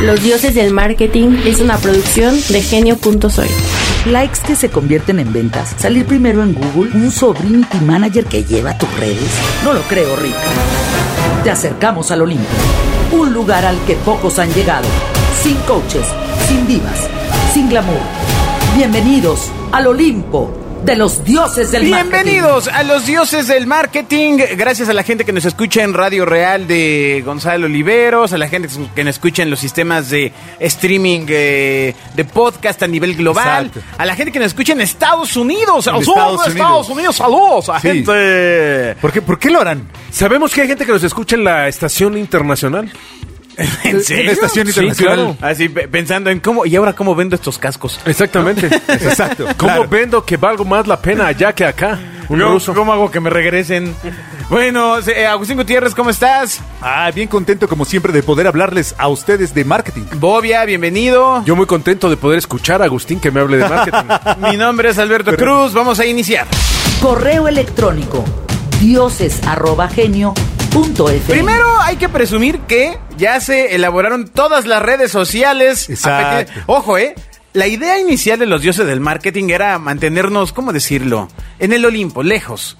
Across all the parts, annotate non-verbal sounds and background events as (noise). Los dioses del marketing es una producción de genio.soy. Likes que se convierten en ventas. Salir primero en Google. Un sobrinity manager que lleva tus redes. No lo creo, Rick. Te acercamos al Olimpo. Un lugar al que pocos han llegado. Sin coaches, sin divas, sin glamour. Bienvenidos al Olimpo de los dioses del Bienvenidos a los dioses del marketing. Gracias a la gente que nos escucha en Radio Real de Gonzalo Oliveros, a la gente que nos escucha en los sistemas de streaming eh, de podcast a nivel global, Exacto. a la gente que nos escucha en Estados Unidos. En ¡Saludos, Estados Estados, Unidos, Unidos. saludos a Sí. gente. ¿Por qué, ¿Por qué lo harán? Sabemos que hay gente que nos escucha en la estación internacional. ¿En serio? Estación Sí, Internacional. claro. Así pe- pensando en cómo y ahora cómo vendo estos cascos. Exactamente. (laughs) Exacto. ¿Cómo Claro. vendo que valgo más la pena allá que acá? Un ¿Cómo, ruso. cómo hago que me regresen? Bueno, se- eh, Agustín Gutiérrez, ¿cómo estás? Ah, bien contento como siempre de poder hablarles a ustedes de marketing. Bobia, bienvenido. Yo muy contento de poder escuchar a Agustín que me hable de marketing. (laughs) Mi nombre es Alberto Cruz, vamos a iniciar. Correo electrónico dioses@genio.fm. Primero hay que presumir que ya se elaboraron todas las redes sociales. Exacto. Ojo, ¿eh? La idea inicial de los dioses del marketing era mantenernos, ¿cómo decirlo? En el Olimpo, lejos.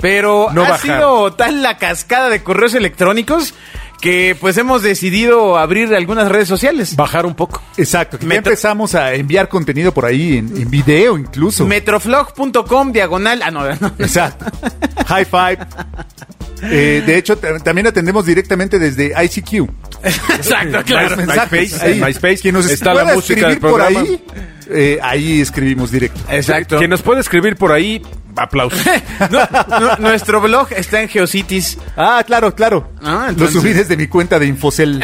Pero No ha bajar. sido tal la cascada de correos electrónicos que pues hemos decidido abrir algunas redes sociales. Bajar un poco. Exacto, que ya Metro- empezamos a enviar contenido por ahí en, en video incluso. Metroflog.com diagonal. Ah, no, (laughs) no. Exacto. High five. Eh, de hecho, ta- también atendemos directamente desde ICQ. (laughs) Exacto, claro. Los mensajes MySpace, MySpace. Quien nos Está pueda la música del escribir por programa. Eh. ahí, eh, ahí escribimos directo. Exacto. Quien nos puede escribir por ahí, (laughs) aplausos. (laughs) No, no, nuestro blog está en Geocities. Ah, claro, claro. Ah, Lo entonces- subí desde mi cuenta de Infocel.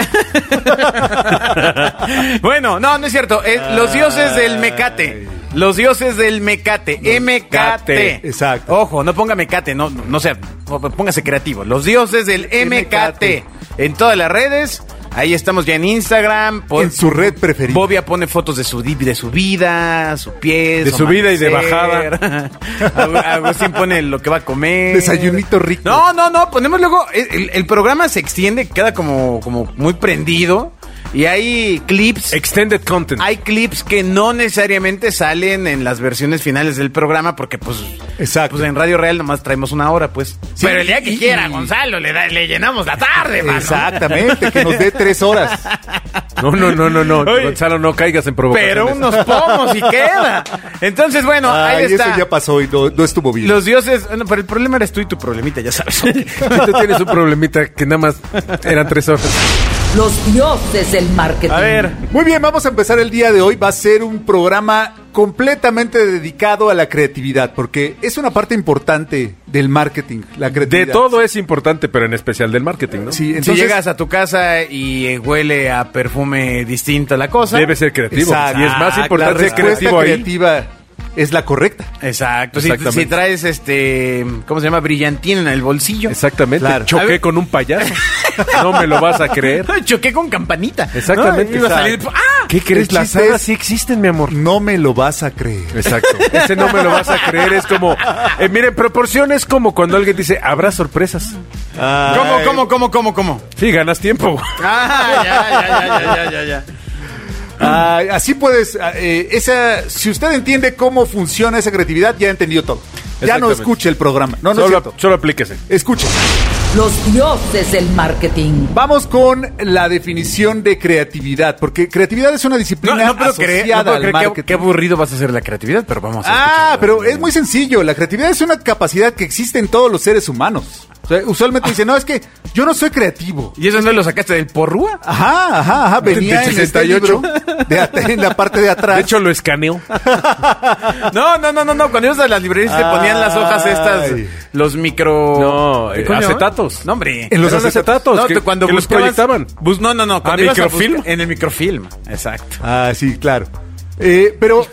(laughs) bueno, no, no es cierto. Eh, los dioses del mecate. Los dioses del mecate. MKT. exacto. Ojo, no ponga mecate, no, no sea, p- p- póngase creativo. Los dioses del MKT. En todas las redes. Ahí estamos ya en Instagram. po- en su red preferida. Bobia pone fotos de su, di- de su vida, su pie, De su vida y (laughs) de bajada. Agustín pone lo que va a comer. Desayunito rico. No, no, no, ponemos luego. El, el- el programa se extiende, queda como, como muy prendido. Y hay clips. Extended content. Hay clips que no necesariamente salen en las versiones finales del programa porque pues, Exacto. pues en Radio Real nomás traemos una hora, pues. Sí, Pero el día que y- quiera, y- Gonzalo, le, da- le llenamos la tarde, mano. Exactamente, que nos dé (laughs) tres horas. No, no, no, no, no. Oye. Gonzalo, no caigas en provocaciones. Pero unos pomos y queda. Entonces, bueno, Ay, ahí está. eso ya pasó y no, no estuvo bien. Los dioses, bueno, pero el problema eres tú y tu problemita, ya (laughs) sabes. (laughs) Tú tienes un problemita que nada más eran tres horas. Los dioses del marketing. A ver, Muy bien, vamos a empezar el día de hoy. Va a ser un programa completamente dedicado a la creatividad, porque es una parte importante del marketing, la creatividad. De todo es importante, pero en especial del marketing, ¿no? si Sí, entonces, llegas a tu casa y eh, huele a perfume distinto a la cosa. Debe ser creativo. Exacto. Y es más Ah, importante claro, ser respuesta creativo ahí. creativa es la correcta. Exacto. Si, Exactamente. si traes este, ¿cómo se llama? Brillantina en el bolsillo. Exactamente. Claro. A Choqué ver. con un payaso. No me lo vas (laughs) a creer. Choqué con campanita. Exactamente. ¿no? Iba a salir, ¡ah! ¿Qué crees? El Las chiste hadas es- sí existen, mi amor. No me lo vas a creer. Exacto. Ese no me lo vas a creer. Es como. eh, miren, proporción es como cuando alguien dice, habrá sorpresas. ¿Cómo, cómo, cómo, cómo, cómo? Sí, ganas tiempo. Ah, ya, ya, ya, ya, ya, ya. Ay, así puedes, eh, esa, si usted entiende cómo funciona esa creatividad, ya entendió todo. Ya no Exactamente. escuche el programa. No, no es solo, cierto. solo aplíquese. Escuche. Los dioses del marketing. Vamos con la definición de creatividad, porque creatividad es una No, disciplina no puedo creer, no asociada puedo al creer que- marketing. qué, aburrido vas a hacer la creatividad, pero vamos a Ah, escucharlo. pero es muy sencillo. La creatividad es una capacidad que existe en todos los seres humanos. O sea, usualmente dicen, no, es que yo no soy creativo. ¿Y eso no lo sacaste del porrúa? Ajá, ajá, ajá. Venía Del en este 68. libro de at- en la parte de atrás. De hecho, lo escaneo. (laughs) No, no, no, no, no. Cuando ibas a las librerías te ponían las hojas estas, Ay. los micro... No, ¿Qué eh, coño? acetatos. No, hombre. En los Eran acetatos. No, que, tú cuando que los buscabas- proyectaban. Bus- no, no, no. cuando Ah, ibas a buscar- microfilm. En el microfilm, exacto. Ah, sí, claro. Eh, (laughs) pero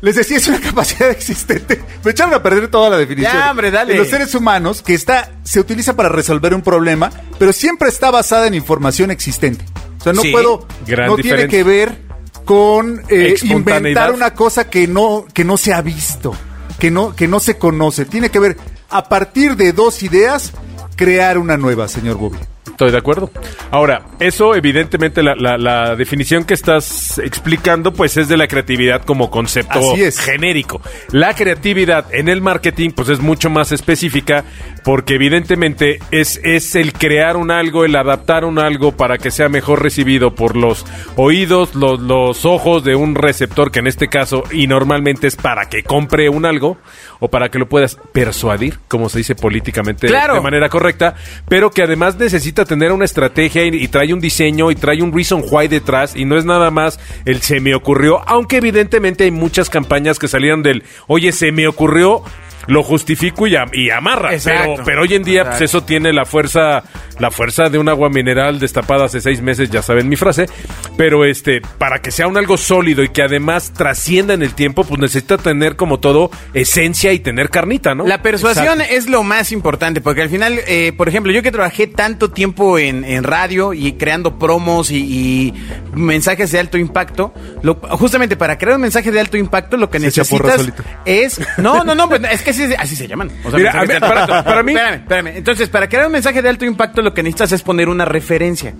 les decía, es una capacidad existente. Me echaron a perder toda la definición. Ya, hombre, dale. En los seres humanos que está, se utiliza para resolver un problema, pero siempre está basada en información existente. O sea, no Sí, puedo. gran no tiene diferencia. que ver con eh, Espontaneidad. inventar una cosa que no, que no se ha visto, que no, que no se conoce. Tiene que ver, a partir de dos ideas, crear una nueva, señor Bobby. Estoy de acuerdo. Ahora, eso evidentemente la, la- la definición que estás explicando pues es de la creatividad como concepto Así es. genérico. La creatividad en el marketing pues es mucho más específica porque evidentemente es, es el crear un algo, el adaptar un algo para que sea mejor recibido por los oídos, los, los ojos de un receptor que en este caso y normalmente es para que compre un algo o para que lo puedas persuadir, como se dice políticamente de- Claro. de manera manera correcta, pero que además necesita tener una estrategia y, y trae un diseño y trae un reason why detrás y no es nada más el se me ocurrió, aunque evidentemente hay muchas campañas que salieron del oye se me ocurrió lo justifico y, am- y amarra, Exacto. pero, pero hoy en día pues, Exacto. eso tiene la fuerza la fuerza de un agua mineral destapada hace seis meses, ya saben mi frase, pero este para que sea un algo sólido y que además trascienda en el tiempo, pues necesita tener como todo esencia y tener carnita, ¿no? La persuasión es lo más importante, porque al final, eh, por ejemplo, yo que trabajé tanto tiempo en, en radio y creando promos y, y mensajes de alto impacto, lo- justamente para crear un mensaje de alto impacto lo que Se echa porra necesitas solito. es... No, no, (laughs) no, pues, es que así, se- así se llaman. O sea, Mira, mensajes a mí- de alto- para- para mí- Espérame, espérame. Entonces, para crear un mensaje de alto impacto lo que necesitas es poner una referencia.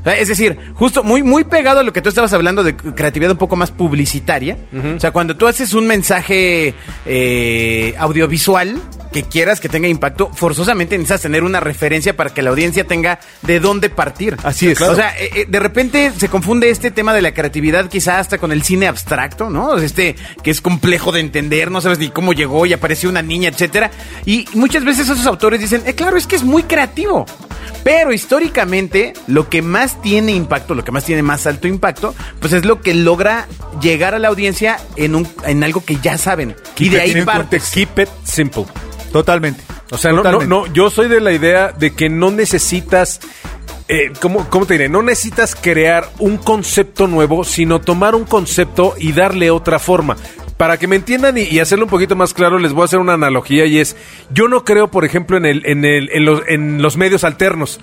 O sea, Eh, Es decir, justo muy, muy pegado a lo que tú estabas hablando de creatividad un poco más publicitaria. O sea, cuando tú haces un mensaje eh, audiovisual que quieras que tenga impacto, forzosamente necesitas tener una referencia para que la audiencia tenga de dónde partir. Así es. O sea, eh, eh, de repente se confunde este tema de la creatividad quizá hasta con el cine abstracto, ¿no? O sea, Este que es complejo de entender, no sabes ni cómo llegó y apareció una niña, etcétera. Y muchas veces esos autores dicen, eh, claro, es que es muy creativo. Pero históricamente, lo que más tiene impacto, lo que más tiene más alto impacto, pues es lo que logra llegar a la audiencia en, un, en algo que ya saben. y de ahí parte. Keep it simple. Totalmente. O sea, no, no, Totalmente. no, yo soy de la idea de que no necesitas, eh, ¿cómo, cómo te diré? No necesitas crear un concepto nuevo, sino tomar un concepto y darle otra forma. Para que me entiendan y, y hacerlo un poquito más claro, les voy a hacer una analogía y es, yo no creo, por ejemplo, en, el, en, el, en, los, en los medios alternos,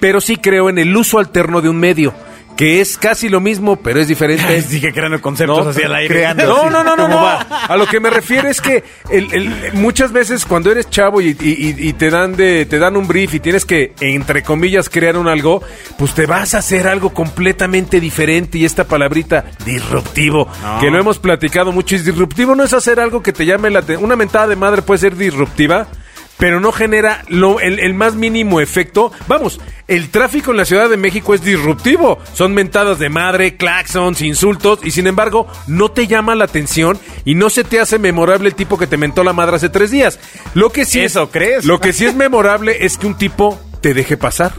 pero sí creo en el uso alterno de un medio, que es casi lo mismo, pero es diferente. Dije creando conceptos No, hacia el aire. creando. No, así, no, no, no, como no. va. A lo que me refiero es que el- el- muchas veces cuando eres chavo y, y- y- y te dan de, te dan un brief y tienes que, entre comillas, crear un algo, pues te vas a hacer algo completamente diferente. Y esta palabrita, disruptivo, que lo hemos platicado mucho, es disruptivo no es hacer algo que te llame la atención. Una mentada de madre puede ser disruptiva. Pero no genera lo- el, el más mínimo efecto. Vamos, el tráfico en la Ciudad de México es disruptivo. Son mentadas de madre, claxons, insultos, y sin embargo, no te llama la atención y no se te hace memorable el tipo que te mentó la madre hace tres días. Lo que sí Eso es, crees. Lo que sí es memorable es que un tipo te deje pasar.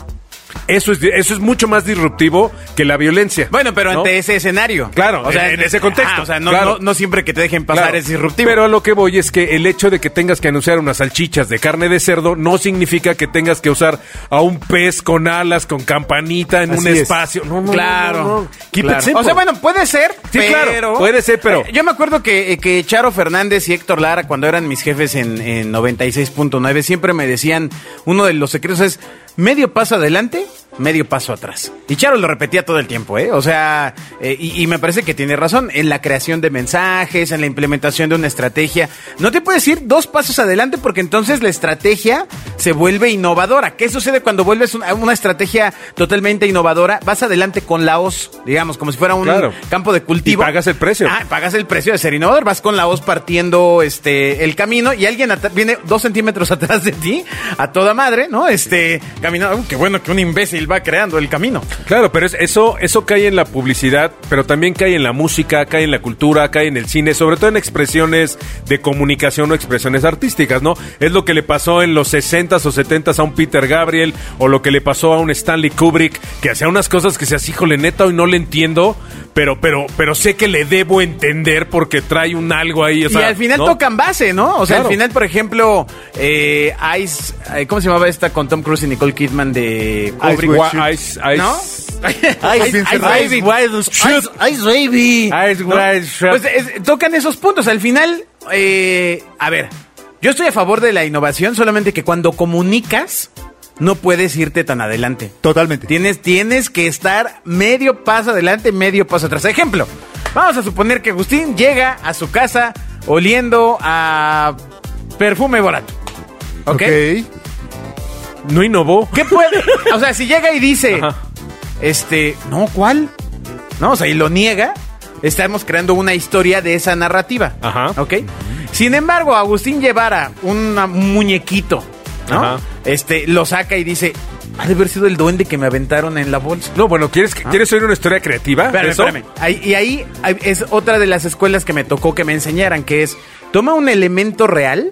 Eso es, eso es mucho más disruptivo que la violencia. Bueno, pero ¿no? ante ese escenario. Claro, en ese contexto. Ah, o sea, no, Claro. no, no siempre que te dejen pasar Claro, es disruptivo. Pero a lo que voy es que el hecho de que tengas que anunciar unas salchichas de carne de cerdo no significa que tengas que usar a un pez con alas, con campanita en Así un es. espacio. No, no, claro. no, pues. no. Keep it Claro. simple. O sea, bueno, puede ser, Sí, pero... claro, puede ser, pero- Eh, Yo me acuerdo que, eh, que Charo Fernández y Héctor Lara, cuando eran mis jefes en, en 96.9, siempre me decían, uno de los secretos es medio paso adelante, medio paso atrás. Y Charo lo repetía todo el tiempo, ¿eh? O sea, eh, y, y me parece que tiene razón, en la creación de mensajes, en la implementación de una estrategia. No te puedes ir dos pasos adelante porque entonces la estrategia se vuelve innovadora. ¿Qué sucede cuando vuelves una, una estrategia totalmente innovadora? Vas adelante con la hoz, digamos, como si fuera un Claro. campo de cultivo. Y pagas el precio. Ah, pagas el precio de ser innovador. Vas con la hoz partiendo este, el camino y alguien atr- viene dos centímetros (laughs) atrás de ti, a toda madre, ¿no? Este, caminando. Uh, qué bueno que un imbécil va creando el camino. Claro, pero es- eso, eso cae en la publicidad, pero también cae en la música, cae en la cultura, cae en el cine, sobre todo en expresiones de comunicación o expresiones artísticas, ¿no? Es lo que le pasó en los 60s o 70s a un Peter Gabriel, o lo que le pasó a un Stanley Kubrick, que hacía unas cosas que se hacía, híjole, neta, hoy no le entiendo, pero, pero, pero sé que le debo entender porque trae un algo ahí. o y sea, al final ¿no? tocan base, ¿no? O sea, al Claro. final, por ejemplo, eh, Ice, eh, ¿cómo se llamaba esta con Tom Cruise y Nicole Kidman de Kubrick, Wide gua- Shut. Ice- Ice- ¿No? (laughs) Ice Baby. Shut. Ice ¿no? Wide Shut. Pues, es- tocan esos puntos. Al final, eh, a ver, yo estoy a favor de la innovación, solamente que cuando comunicas, no puedes irte tan adelante. Totalmente. Tienes, tienes que estar medio paso adelante, medio paso atrás. Ejemplo, vamos a suponer que Agustín llega a su casa oliendo a perfume barato. ¿Ok? Ok. No innovó. ¿Qué puede? O sea, si llega y dice, Ajá. este, no, ¿cuál? No, o sea, y lo niega, estamos creando una historia de esa narrativa. Ajá. ¿Ok? Sin embargo, Agustín llevara un muñequito, ¿no? Ajá. Este, lo saca y dice, ha de haber sido el duende que me aventaron en la bolsa. No, bueno, ¿quieres, que- ¿quieres oír una historia creativa? Ah. Espérame, ¿Eso? espérame. Ahí- y ahí ahí es otra de las escuelas que me tocó que me enseñaran, que es, toma un elemento real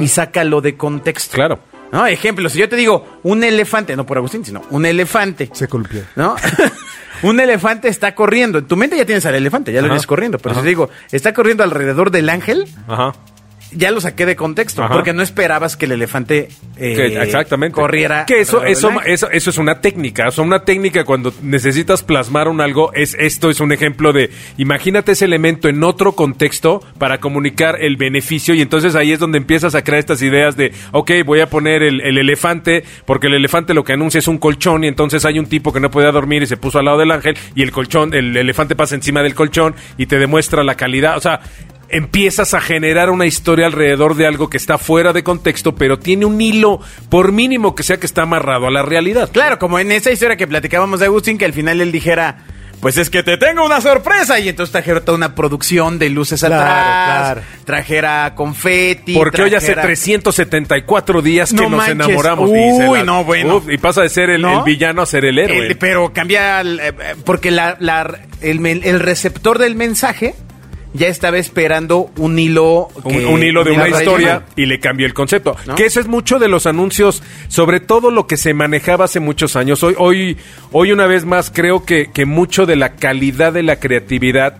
y sácalo de contexto. Claro. ¿No? Ejemplo, si yo te digo un elefante, no por Agustín, sino un elefante. Se columpió. (laughs) ¿No? un elefante está corriendo. En tu mente ya tienes al elefante, ya lo Ajá. vienes corriendo. Pero Ajá. si te digo, está corriendo alrededor del ángel, Ajá. ya lo saqué de contexto. Ajá. Porque no esperabas que el elefante eh, Que- exactamente. corriera. Que eso, alrededor eso, del ángel. eso, eso es una técnica. O sea, una técnica cuando necesitas plasmar un algo, es esto es un ejemplo de imagínate ese elemento en otro contexto para comunicar el beneficio. Y entonces ahí es donde empiezas a crear estas ideas de ok, voy a poner el, el elefante, porque el elefante lo que anuncia es un colchón, y entonces hay un tipo que no podía dormir y se puso al lado del ángel, y el colchón, el elefante pasa encima del colchón y te demuestra la calidad. O sea, empiezas a generar una historia alrededor de algo que está fuera de contexto, pero tiene un hilo, por mínimo que sea que está amarrado a la realidad. Claro, como en esa historia que platicábamos de Agustín, que al final él dijera. Pues es que te tengo una sorpresa. Y entonces trajera toda una producción de luces Claro, atrás. claro. Trajera confeti. Porque hoy hace trajera- 374 días que No nos manches. enamoramos. Uy, dice no, bueno. Uf, y pasa de ser el, ¿No? el villano a ser el héroe. El- Eh, pero cambia, el, eh, eh, porque la, la- el, men- el receptor del mensaje ya estaba esperando un hilo. un, que- un hilo de una raíz historia humana. y le cambió el concepto. ¿No? Que eso es mucho de los anuncios, sobre todo lo que se manejaba hace muchos años. Hoy, hoy, hoy una vez más, creo que, que mucho de la calidad de la creatividad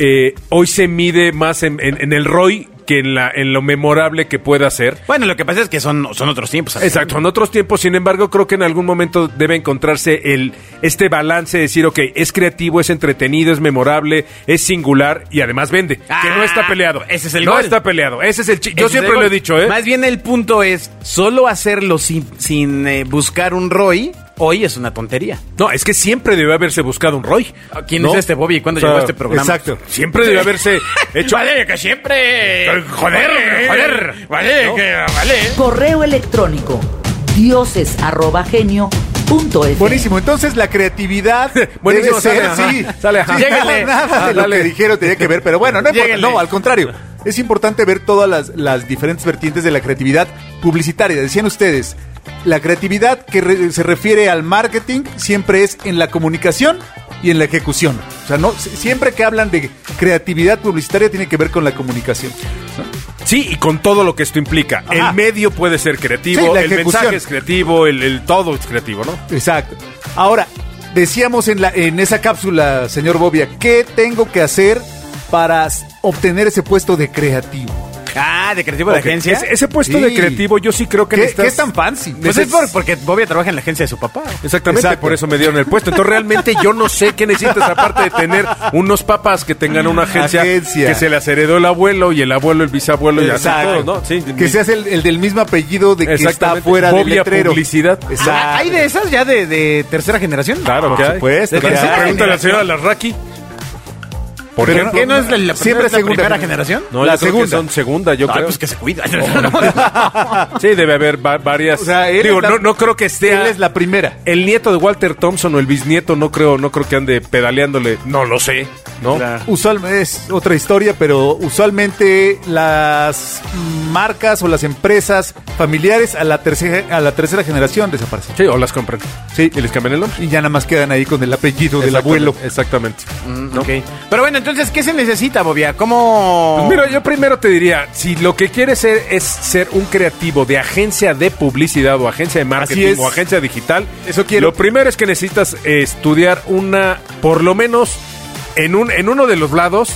eh, hoy se mide más en, en- en el ROI que en, la, en lo memorable que pueda ser. Bueno, lo que pasa es que son, son otros tiempos. así. Exacto, en otros tiempos, sin embargo, creo que en algún momento debe encontrarse el este balance de decir, ok, es creativo, es entretenido, es memorable, es singular y además vende. que no está Ah, peleado. ese es el No gol. está peleado. Ese es el chi- Ese Yo es siempre el lo he gol. dicho, ¿eh? Más bien el punto es, solo hacerlo sin, sin, eh, buscar un ROI, hoy es una tontería. No, es que siempre debe haberse buscado un Roy. ¿Quién ¿No? es este Bobby? ¿Cuándo O sea, llegó a este programa? exacto. Siempre debe (laughs) haberse hecho. Vale, que siempre... Eh, joder, eh, joder. Vale, ¿no? que... Vale. Correo electrónico dioses@genio.fm. Buenísimo, entonces la creatividad (laughs) Buenísimo, debe ser, sale, ajá. sí, Sale, ajá. sí, Lléguenle. nada, nada Ah, de lo dale. que dijeron tenía que ver, pero bueno, no, importa, Lléguenle. no, al contrario, es importante ver todas las, las diferentes vertientes de la creatividad publicitaria, decían ustedes, la creatividad que re- se refiere al marketing siempre es en la comunicación y en la ejecución, o sea, no, si- siempre que hablan de creatividad publicitaria tiene que ver con la comunicación. Sí, y con todo lo que esto implica. Ajá. El medio puede ser creativo, Sí, la el ejecución. mensaje es creativo, el, el todo es creativo, ¿no? Exacto. Ahora, decíamos en, la, en esa cápsula, señor Bobia, ¿qué tengo que hacer para s- obtener ese puesto de creativo? Ah, de creativo Ok. de agencia. Ese, ese puesto de Sí. creativo yo sí creo que ¿Qué, necesitas- qué es tan fancy? Pues es Neces- por- porque Bobby trabaja en la agencia de su papá. Exactamente, Exacto. por eso me dieron el puesto. Entonces realmente yo no sé qué necesitas aparte de tener unos papás que tengan una agencia, Agencia. que se las heredó el abuelo y el abuelo, el bisabuelo y así Eh, Exacto. todos, ¿no? Sí, que mi- seas el, el del mismo apellido de que está Exactamente. fuera del Bobia letrero. Publicidad. Exacto. Ah, ¿Hay de esas ya de, de tercera generación? Claro Por que hay. supuesto, De claro. tercera Pregunta a la generación. señora Larraqui. Por Pero ejemplo. ¿Qué no es la, la- Siempre es la segunda primera generación. generación? No, la yo creo que segunda. son segunda, yo Ay, creo. pues que se cuida. (laughs) Sí, debe haber va- varias. O sea, él Digo, es la- no, no creo que esté. Él es la primera. El nieto de Walter Thompson o el bisnieto, no creo, no creo que ande pedaleándole. No lo sé, ¿no? Claro. Usualmente es otra historia, pero usualmente las marcas o las empresas familiares a la tercera, a la tercera generación desaparecen. Sí, o las compran. Sí. Y les cambian el nombre. Y ya nada más quedan ahí con el apellido del abuelo. Exactamente. Mm, ok. Pero bueno, entonces, ¿qué se necesita, Bobia? ¿Cómo...? Pues mira, yo primero te diría, si lo que quieres ser es ser un creativo de agencia de publicidad o agencia de Así marketing es. o agencia digital, Eso quiero. Lo primero es que necesitas eh, estudiar una, por lo menos en un, en uno de los lados.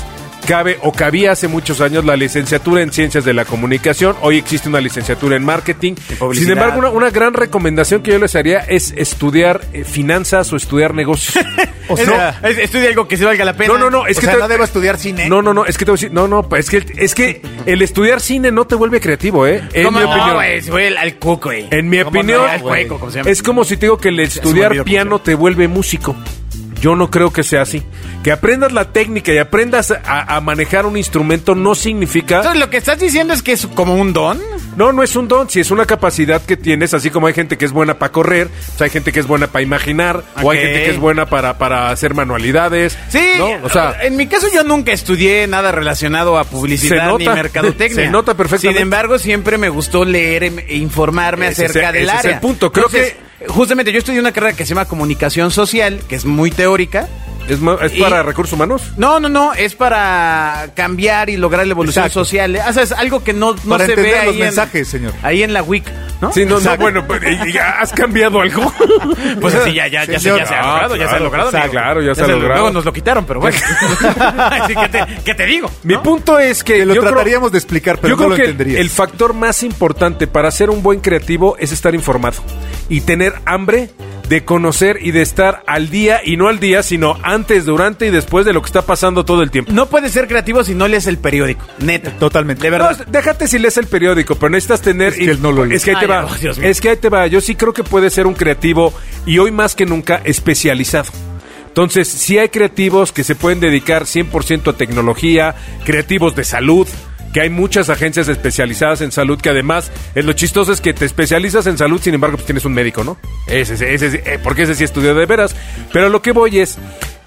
Cabe o cabía hace muchos años la licenciatura en ciencias de la comunicación. Hoy existe una licenciatura en marketing. Sin publicidad. embargo, una, una gran recomendación que yo les haría es estudiar eh, finanzas o estudiar (laughs) negocios. O Es- sea- es- estudia algo que sí valga la pena. No, no, no, es O que sea, te- no debo estudiar cine. No, no, no, es que te voy a decir, no, no, pues es que, es que el estudiar cine no te vuelve creativo, ¿eh. En ¿Cómo mi no, opinión. güey? Se fue al- al cuco, güey. en mi ¿Cómo no? opinión, Al güey, cueco, como se llama. es como si te digo que el se me olvidó estudiar cómo se piano llama. te vuelve músico. Yo no creo que sea así. Que aprendas la técnica y aprendas a, a manejar un instrumento no significa... Entonces, lo que estás diciendo es que es como un don. No, no es un don, si es una capacidad que tienes, así como hay gente que es buena para correr, pues hay gente que es buena para imaginar, o hay Ok. gente que es buena para, para hacer manualidades. Sí, Eh, ¿no? O sea, en mi caso yo nunca estudié nada relacionado a publicidad Se nota. ni mercadotecnia. Se nota perfectamente. Sin embargo, siempre me gustó leer em- e informarme Ese es acerca el- del ese es área. el punto. Creo que justamente yo estudié una carrera que se llama comunicación social, que es muy teórica. es, ma- es y- para recursos humanos. No, no, no, es para cambiar y lograr la evolución Exacto. social. O sea, es algo que no, no Para se ve entender ahí los en- mensajes, señor. Ahí en la WIC, ¿no? Sí, no, no, Exacto. bueno, pero, ¿y- y- ¿has cambiado (laughs) algo? Pues así ya, ya, ya, se- ya se ha Ah, logrado, ya se ha claro, logrado. o sea, amigo. claro, ya se ha logrado. Luego nos lo quitaron, pero (laughs) bueno. (laughs) Así que te, ¿qué te digo. Mi ¿no? punto es que Te lo yo creo- trataríamos de explicar, pero yo no creo lo que el- entenderías. el factor más importante para ser un buen creativo es estar informado y tener hambre de conocer y de estar al día y no al día, sino antes, durante y después de lo que está pasando todo el tiempo. No puedes ser creativo si no lees el periódico. Neta. Totalmente. De verdad. No, déjate si lees el periódico, pero necesitas tener. Es que él no lo lee. Es que ahí te Ay, va. no, Dios mío. es que ahí te va. Yo sí creo que puede ser un creativo y hoy más que nunca especializado. Entonces, sí hay creativos que se pueden dedicar 100% a tecnología, creativos de salud, que hay muchas agencias especializadas en salud que además, eh, lo chistoso es que te especializas en salud, sin embargo, pues tienes un médico, ¿no? Ese, ese, ese, eh, porque ese sí estudió de veras. Pero lo que voy es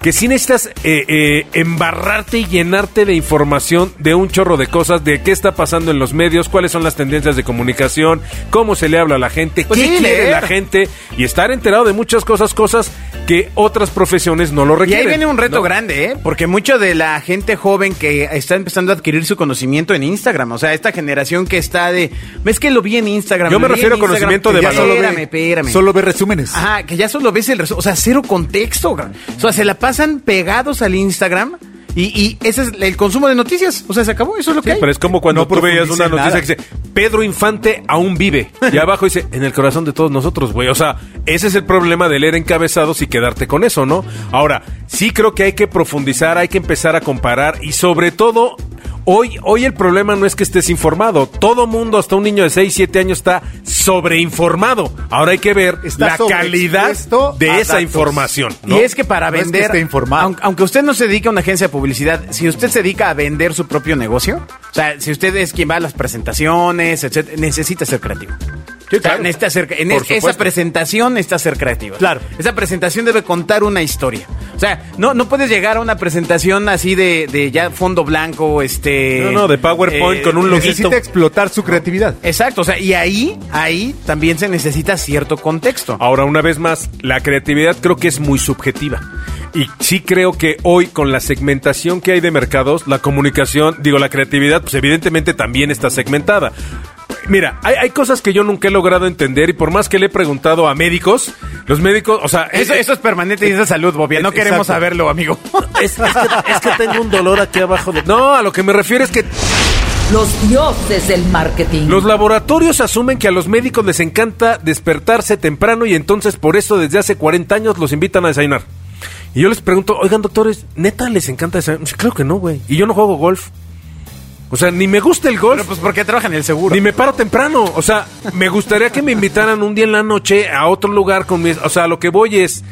que sí necesitas eh, eh, embarrarte y llenarte de información de un chorro de cosas, de qué está pasando en los medios, cuáles son las tendencias de comunicación, cómo se le habla a la gente, Pues qué sí, quiere leer. la gente y estar enterado de muchas cosas, cosas que otras profesiones no lo Y requieren. ahí viene un reto ¿no? grande, ¿eh? Porque mucho de la gente joven que está empezando a adquirir su conocimiento en Instagram, o sea, esta generación que está de, ves que lo vi en Instagram. lo Yo me vi en refiero a Instagram". conocimiento de Ya valor. Espérame, espérame. Solo ve resúmenes. Ajá, que ya solo ves el resu- o sea, cero contexto. gran. O sea, se la pasan pegados al Instagram y, y ese es el consumo de noticias. O sea, se acabó, eso es lo que Sí, hay. pero es como cuando No tú veías una profundiza en noticia nada. que dice Pedro Infante aún vive. Y abajo dice, en el corazón de todos nosotros, güey. O sea, ese es el problema de leer encabezados y quedarte con eso, ¿no? Ahora, sí creo que hay que profundizar, hay que empezar a comparar y sobre todo. Hoy, hoy el problema no es que estés informado. Todo mundo, hasta un niño de 6, 7 años, está sobreinformado. Ahora hay que ver la Está calidad sobreexpuesto de a esa datos. información. Y es que para No es que vender, esté informado. Aunque, aunque usted no se dedica a una agencia de publicidad, si usted se dedica a vender su propio negocio, o sea, si usted es quien va a las presentaciones, etcétera, necesita ser creativo. Sí, O sea, claro. necesita ser- en Por es- esa supuesto. presentación necesita ser creativa. Claro. Esa presentación debe contar una historia. O sea, no, no puedes llegar a una presentación así de, de ya fondo blanco, este... eh, No, no, de PowerPoint con un loguito. Necesita explotar su creatividad. Exacto, o sea, y ahí, ahí también se necesita cierto contexto. Ahora, una vez más, la creatividad creo que es muy subjetiva. Y sí creo que hoy, con la segmentación que hay de mercados, la comunicación, digo, la creatividad, pues evidentemente también está segmentada. Mira, hay, hay cosas que yo nunca he logrado entender y por más que le he preguntado a médicos, los médicos, o sea, Eso, eh, eso es permanente y es de salud, Bobia. No Exacto. queremos saberlo, amigo. es, es que, es que tengo un dolor aquí abajo. de- No, a lo que me refiero es que Los dioses del marketing. Los laboratorios asumen que a los médicos les encanta despertarse temprano y entonces por eso desde hace 40 años los invitan a desayunar. Y yo les pregunto, oigan doctores, ¿neta les encanta desayunar? Sí, claro que no, güey. Y yo no juego golf. O sea, ni me gusta el golf. Pero pues porque trabajan en el seguro. Ni me paro temprano. O sea, me gustaría que me invitaran un día en la noche a otro lugar con mis. O sea, lo que voy es.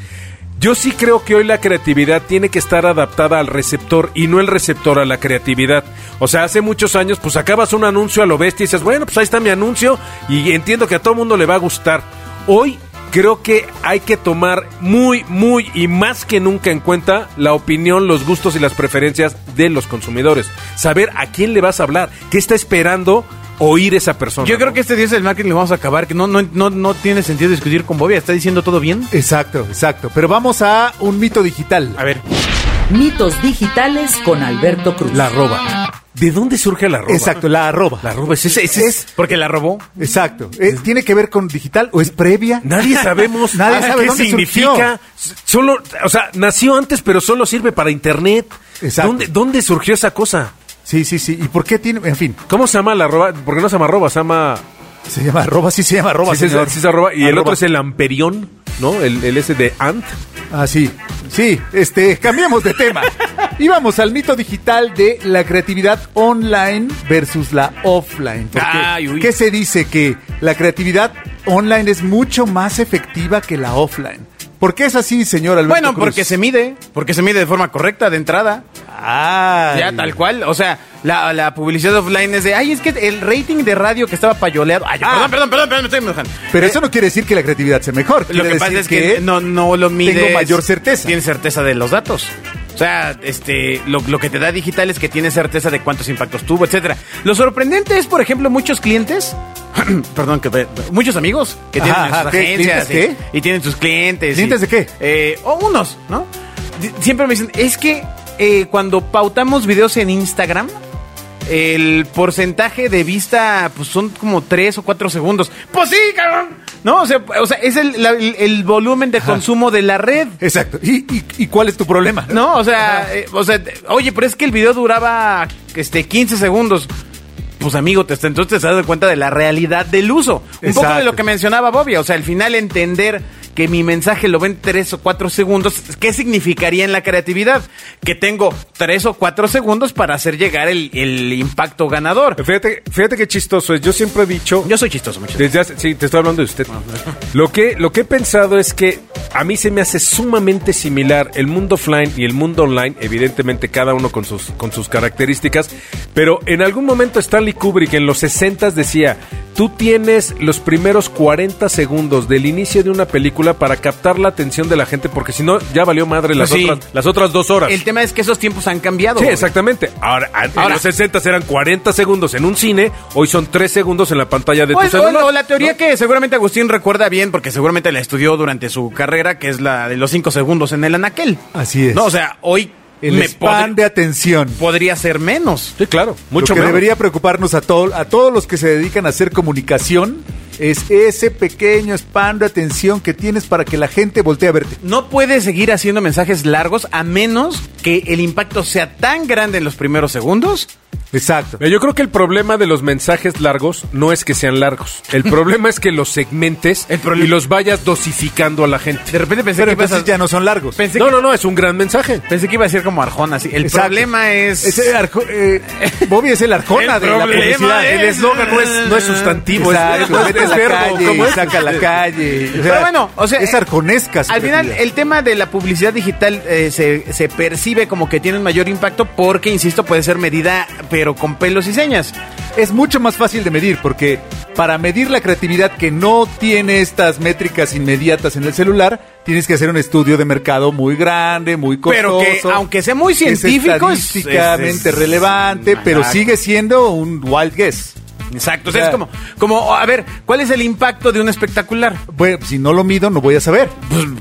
Yo sí creo que hoy la creatividad tiene que estar adaptada al receptor y no el receptor a la creatividad. O sea, hace muchos años, pues sacabas un anuncio a lo bestia y dices, bueno, pues ahí está mi anuncio y entiendo que a todo mundo le va a gustar. Hoy creo que hay que tomar muy, muy y más que nunca en cuenta la opinión, los gustos y las preferencias de los consumidores. Saber a quién le vas a hablar, qué está esperando oír esa persona. Yo creo ¿no? que este dios del marketing lo vamos a acabar, que no, no, no, no tiene sentido discutir con Bobia. ¿Está diciendo todo bien? Exacto, exacto. Pero vamos a un mito digital. A ver. Mitos digitales con Alberto Cruz. La arroba. ¿De dónde surge la arroba? Exacto, la arroba. La arroba es ese. Ese- ese es- porque la robó. Exacto. Eh, ¿Tiene que ver con digital o es previa? (laughs) Nadie sabemos Ah, Nadie sabe qué dónde significa. Solo, o sea, nació antes, pero solo sirve para internet. Exacto. ¿Dónde, ¿Dónde surgió esa cosa? Sí, sí, sí. ¿Y por qué tiene? En fin, ¿Cómo se llama la arroba? Porque no se llama arroba, se llama se llama arroba, sí se llama arroba. Sí, sí, señor. sí, es arroba. Y el Arroba. otro es el amperión, ¿no? El, el ese de ant. Ah, sí. Sí, este, cambiemos (laughs) de tema. Y vamos al mito digital de la creatividad online versus la offline. Porque, Ay, uy. ¿Qué se dice? Que la creatividad online es mucho más efectiva que la offline. ¿Por qué es así, señor Alberto Bueno, Cruz? porque se mide. Porque se mide de forma correcta, de entrada. Ah. Ya, tal cual. O sea, la, la publicidad offline es de, ay, es que el rating de radio que estaba payoleado. Ay, Ah. perdón, perdón, perdón, perdón, me estoy enojando. Pero eso no quiere decir que la creatividad sea mejor. Lo Quiere que pasa decir es que, no, no lo mides. mayor certeza. Tienes certeza de los datos. O sea, este, lo, lo que te da digital es que tienes certeza de cuántos impactos tuvo, etcétera. Lo sorprendente es, por ejemplo, muchos clientes, (clears throat) perdón, que muchos amigos que tienen Ajá, en sus ajá, ¿qué? agencias ¿Clientes y, y tienen sus clientes. ¿Clientes y- de qué? eh, o unos, ¿no? Di- Siempre me dicen, es que eh, cuando pautamos videos en Instagram, el porcentaje de vista pues, son como 3 o 4 segundos. Pues sí, cabrón. No, o sea, o sea es el, la- el- el volumen de consumo de la red. Exacto. ¿Y, y, y cuál es tu problema? No, o sea, eh, o sea, te- oye, pero es que el video duraba este 15 segundos. Pues amigo, te, está- entonces te das cuenta de la realidad del uso. Un poco de Exacto. lo que mencionaba Bobia, o sea, al final entender que mi mensaje lo ven tres o cuatro segundos, ¿qué significaría en la creatividad? Que tengo tres o cuatro segundos para hacer llegar el, el impacto ganador. Fíjate, fíjate qué chistoso es. Yo siempre he dicho. Yo soy chistoso, muchachos. Desde hace- sí, te estoy hablando de usted. Lo que, lo que he pensado es que a mí se me hace sumamente similar el mundo offline y el mundo online, evidentemente cada uno con sus, con sus características, pero en algún momento Stanley Kubrick en los 60 decía, tú tienes los primeros 40 segundos del inicio de una película para captar la atención de la gente, porque si no, ya valió madre las, Pues Sí. otras, las otras dos horas. El tema es que esos tiempos han cambiado. Sí, güey. exactamente. Ahora, a- en Ahora. los 60 eran 40 segundos en un cine, hoy son 3 segundos en la pantalla de O, tu o- celular. o Pues, la teoría que seguramente Agustín recuerda bien, porque seguramente la estudió durante su carrera, que es la de los cinco segundos en el anaquel. Así es. No, o sea, hoy El me span podri- de atención. podría ser menos. Sí, claro. Mucho Lo que menos. debería preocuparnos a, todo- a todos los que se dedican a hacer comunicación es ese pequeño span de atención que tienes para que la gente voltee a verte. No puedes seguir haciendo mensajes largos a menos que el impacto sea tan grande en los primeros segundos. Exacto. Mira, Yo creo que el problema de los mensajes largos no es que sean largos. (laughs) El problema es que los segmentes El problema- y los vayas dosificando a la gente. De repente pensé Pero que ibas entonces a- ya no son largos. pensé No, que- no, no, es un gran mensaje. pensé que iba a ser como Arjona, así. El Exacto. problema es... Ese Arjo- eh, Bobby es el arjona El de la problema publicidad. es- El eslogan no es, no es sustantivo. Exacto, es, este vete a la calle, saca a la calle. Pero bueno, o sea, Es eh, arjonesca. su Al final, creatividad. el tema de la publicidad digital eh, se, se percibe como que tiene un mayor impacto porque, insisto, puede ser medida, pero con pelos y señas. es mucho más fácil de medir porque para medir la creatividad que no tiene estas métricas inmediatas en el celular, tienes que hacer un estudio de mercado muy grande, muy Pero costoso. que, aunque sea muy científico, es- es- estadísticamente es- relevante, pero Exacto. sigue siendo un wild guess. Exacto. O sea, Ya. es como, como, a ver, ¿cuál es el impacto de un espectacular? Bueno, si no lo mido, no voy a saber.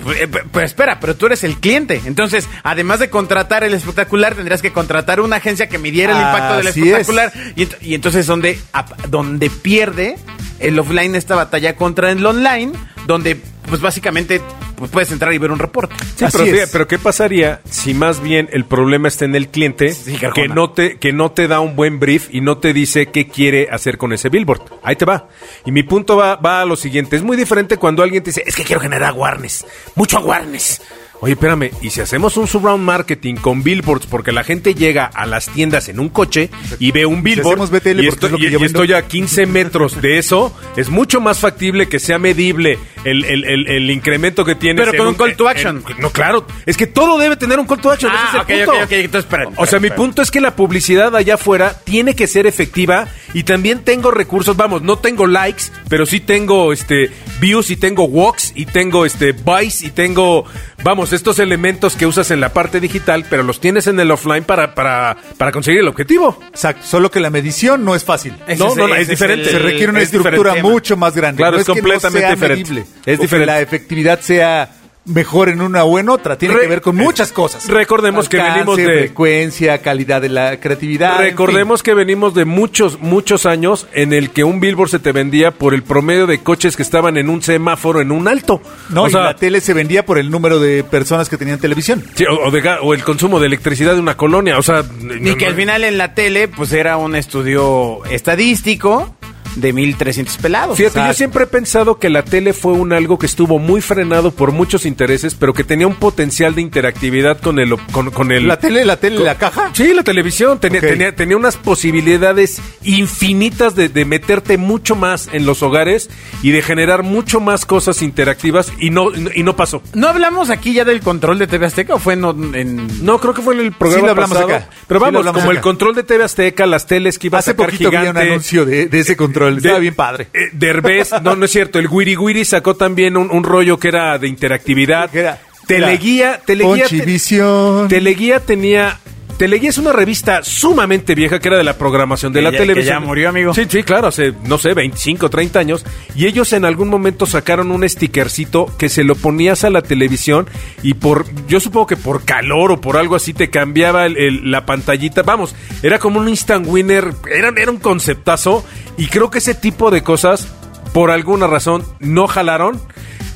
Pues, eh, pe- pero espera, pero tú eres el cliente. Entonces, además de contratar el espectacular, tendrías que contratar una agencia que midiera el impacto del Así espectacular. Y, ent- y entonces, donde, ap- donde pierde el offline esta batalla contra el online, donde, pues básicamente, pues, puedes entrar y ver un reporte. Sí, Así pero, es. fíjate, pero ¿qué pasaría si más bien el problema está en el cliente Sí, Arjona. que, no te, que no te da un buen brief y no te dice qué quiere hacer con ese billboard? Ahí te va. Y mi punto va, va a lo siguiente. Es muy diferente cuando alguien te dice, es que quiero generar awareness, mucho awareness. Oye, espérame, ¿y si hacemos un surround marketing con billboards? Porque la gente llega a las tiendas en un coche y ve un billboard hacemos BTL, y, porque estoy, es lo que y- yo y vendo. estoy a 15 metros de eso, es mucho más factible que sea medible el, el- el- el incremento que tiene Pero con un call to action. no, claro. Es que todo debe tener un call to action. Ah, ese es el ok, punto. ok, ok, entonces, espera, espera, o sea, mi espera. punto es que la publicidad allá afuera tiene que ser efectiva y también tengo recursos. Vamos, no tengo likes, pero sí tengo este views y tengo walks y tengo este buys y tengo, vamos, estos elementos que usas en la parte digital, pero los tienes en el offline para, para, para conseguir el objetivo. Exacto, solo que la medición no es fácil. Ese no, es- no, no, ese es diferente. el- se requiere una es diferente estructura tema. mucho más grande. Claro, No es que no completamente sea diferente. medible, Es o que diferente. la efectividad sea mejor en una o en otra. Tiene Re- que ver con muchas cosas. Recordemos que venimos de- frecuencia, calidad de la creatividad. Ah, en fin. Recordemos que venimos de muchos, muchos años en el que un billboard se te vendía por el promedio de coches que estaban en un semáforo en un alto. No, o, y sea, la tele se vendía por el número de personas que tenían televisión. sí, o- o de ga- o el consumo de electricidad de una colonia. O sea, Ni no- que al no- final en la tele, pues era un estudio estadístico. de 1300 pelados. Fíjate, O sea, yo siempre he pensado que la tele fue un algo que estuvo muy frenado por muchos intereses, pero que tenía un potencial de interactividad con el... Con, con el La tele, la tele, con- la caja. Sí, la televisión. Tenía, Ok. tenía, tenía unas posibilidades infinitas de, de meterte mucho más en los hogares y de generar mucho más cosas interactivas y no, y no pasó. ¿No hablamos aquí ya del control de TV Azteca o fue en... en- No, creo que fue en el programa Sí lo hablamos pasado. acá. Pero Sí lo vamos, hablamos como el acá. control de TV Azteca, las teles que iba a Hace sacar poquito había un Gigante, anuncio de, de ese control. de- Estaba bien padre. eh, Derbez, no, no es cierto. El Wiri Wiri sacó también un, un rollo que era de interactividad. Que era- teleguía, era teleguía. te- Ponchivisión. teleguía tenía. Teleguía es una revista sumamente vieja que era de la programación de Que la ya- que ya televisión. murió, amigo. Sí, sí, claro, hace, no sé, 25, 30 años. Y ellos en algún momento sacaron un stickercito que se lo ponías a la televisión y por, yo supongo que por calor o por algo así te cambiaba el- el- la pantallita. Vamos, era como un instant winner, era, era un conceptazo. Y creo que ese tipo de cosas, por alguna razón, no jalaron.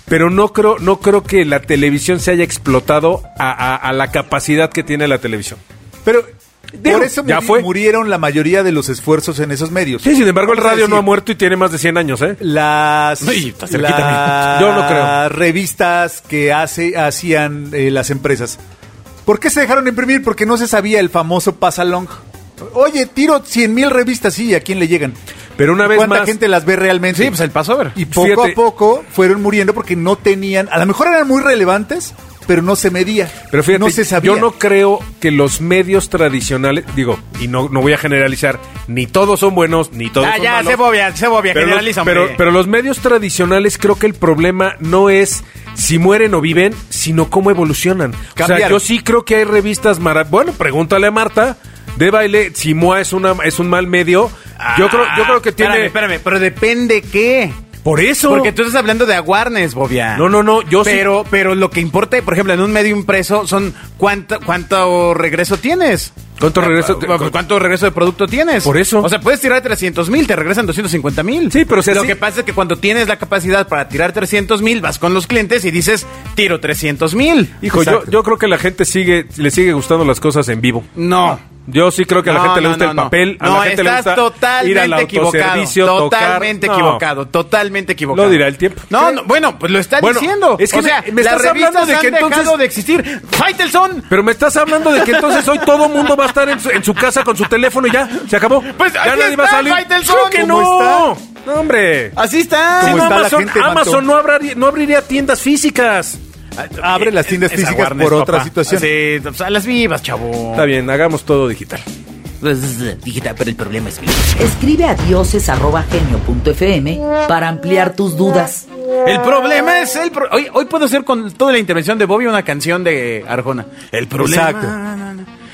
Pero no creo, no creo que la televisión se haya explotado a, a- a la capacidad que tiene la televisión. Pero Digo, por eso ya muri- fue. murieron la mayoría de los esfuerzos en esos medios. Sí, sin embargo, el Vamos a radio no decir, ha muerto y tiene más de 100 años, ¿eh? Las, Uy, está cerquita, las amigo. Yo no creo. revistas que hace, hacían eh, las empresas. ¿Por qué se dejaron de imprimir? Porque no se sabía el famoso pasalong. Oye, tiro 100 mil revistas, sí, ¿a quién le llegan? Pero una vez ¿Cuánta más- gente las ve realmente? Sí, pues el pasover. Y poco Fíjate. a poco fueron muriendo porque no tenían, a lo mejor eran muy relevantes, pero no se medía. Pero fíjate, no se sabía. yo no creo que los medios tradicionales, digo, y no, no voy a generalizar, ni todos son buenos, ni todos Ah, son ya, malos. se bobia, se bobia, pero, los, generaliza, hombre. pero, pero los medios tradicionales creo que el problema no es si mueren o viven, sino cómo evolucionan. O sea, Cambiaron. yo sí creo que hay revistas maravillas. Bueno, pregúntale a Marta. De baile, si MOA es, una, es un mal medio, yo creo, yo creo que tiene... Ah, Espérame, espérame, pero depende qué. Por eso... Porque tú estás hablando de awareness, Bobia. No, no, no, yo sí- pero, Pero lo que importa, por ejemplo, en un medio impreso son cuánto, cuánto regreso tienes. ¿Cuánto regreso te- Ah, pues, ¿Cuánto regreso de producto tienes? Por eso. O sea, puedes tirar 300 mil, te regresan 250 mil. Sí, pero, o sea, Lo sí- que pasa es que cuando tienes la capacidad para tirar 300 mil, vas con los clientes y dices, tiro 300 mil. Hijo, yo, yo creo que la gente sigue, le sigue gustando las cosas en vivo. No. Yo sí creo que a la No, gente le no, gusta no, el no. papel, a No, la gente le estás gusta totalmente ir al equivocado. autoservicio, tocar. totalmente No. equivocado, totalmente equivocado. Lo dirá el tiempo. No, no, bueno, pues lo está Bueno, diciendo. es que o sea, me- me las estás hablando revistas de que han entonces- dejado de existir. ¡Faitelson! Pero me estás hablando de que entonces hoy todo mundo va a estar en su, en su casa con su teléfono y ya, se acabó. Pues ya aquí va a está, salir. Faitelson. Creo que ¿Cómo no. No, hombre. Así está. Si ¿Cómo no, está la Amazon, gente, Mató? Amazon no, abriría, no abriría tiendas físicas. Ah, Abre las tiendas Eh, Esa físicas Warner, por otra papá. situación. Sí, pues, a las vivas, chavo. Está bien, hagamos todo digital. Digital, pero el problema es mío. Escribe a dioses.genio.fm para ampliar tus dudas. El problema es el... pro- Hoy, hoy puedo hacer con toda la intervención de Bobby una canción de Arjona. El problema... Exacto.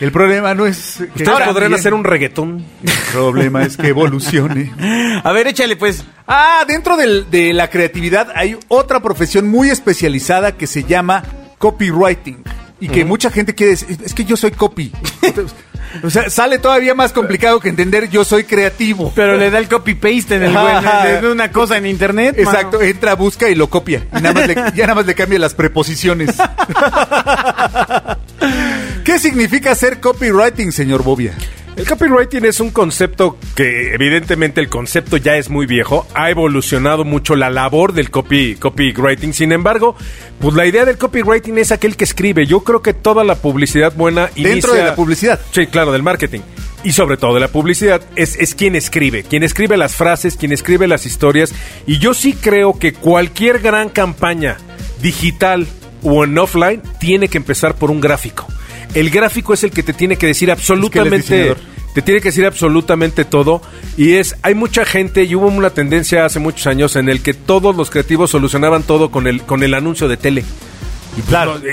El problema no es. que Ustedes cambien. podrían hacer un reggaetón. El problema es que evolucione. A ver, échale pues. (laughs) Ah, dentro del- de la creatividad hay otra profesión muy especializada que se llama copywriting. Y que mucha gente quiere decir, es que yo soy (laughs) copy. o sea, sale todavía más complicado que entender yo soy creativo. Pero le da el copy-paste en, el (laughs) güey, (laughs) Ajá. en una cosa en internet. mano. Exacto, entra, busca y lo copia. Y nada (laughs) más le, ya nada más le cambia las preposiciones. ¿Qué significa ser copywriting, señor Bobia? El copywriting es un concepto que evidentemente el concepto ya es muy viejo, ha evolucionado mucho la labor del copy, copywriting, sin embargo, pues la idea del copywriting es aquel que escribe, yo creo que toda la publicidad buena Dentro de la publicidad. Sí, claro, del marketing. Y sobre todo de la publicidad, es, es quien escribe, quien escribe las frases, quien escribe las historias. Y yo sí creo que cualquier gran campaña digital o en offline tiene que empezar por un gráfico. El gráfico es el que te tiene que decir absolutamente... diseñador. te tiene que decir absolutamente todo y es hay mucha gente y hubo una tendencia hace muchos años en el que todos los creativos solucionaban todo con el con el anuncio de tele. No, Y,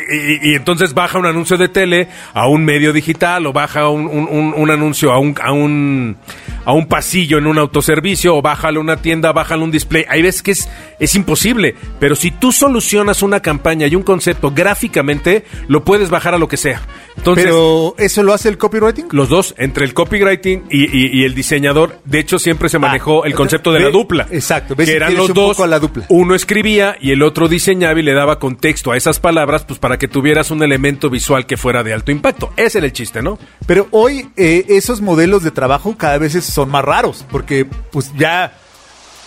y- y entonces baja un anuncio de tele a un medio digital o baja un, un- un- un anuncio a un, a, un, a un pasillo en un autoservicio o bájalo a una tienda, bájalo a un display. Hay veces que es, es imposible, pero si tú solucionas una campaña y un concepto gráficamente, lo puedes bajar a lo que sea. Entonces, Pero, ¿eso lo hace el copywriting? los dos, entre el copywriting y, y- y el diseñador, de hecho siempre se manejó el concepto de Ah, ve- la dupla. exacto, ves que si eran tienes los un dos. poco a la dupla. Uno escribía y el otro diseñaba y le daba contexto a esas palabras, pues para que tuvieras un elemento visual que fuera de alto impacto. Ese era el chiste, ¿no? Pero hoy eh, esos modelos de trabajo cada vez es- son más raros, porque pues ya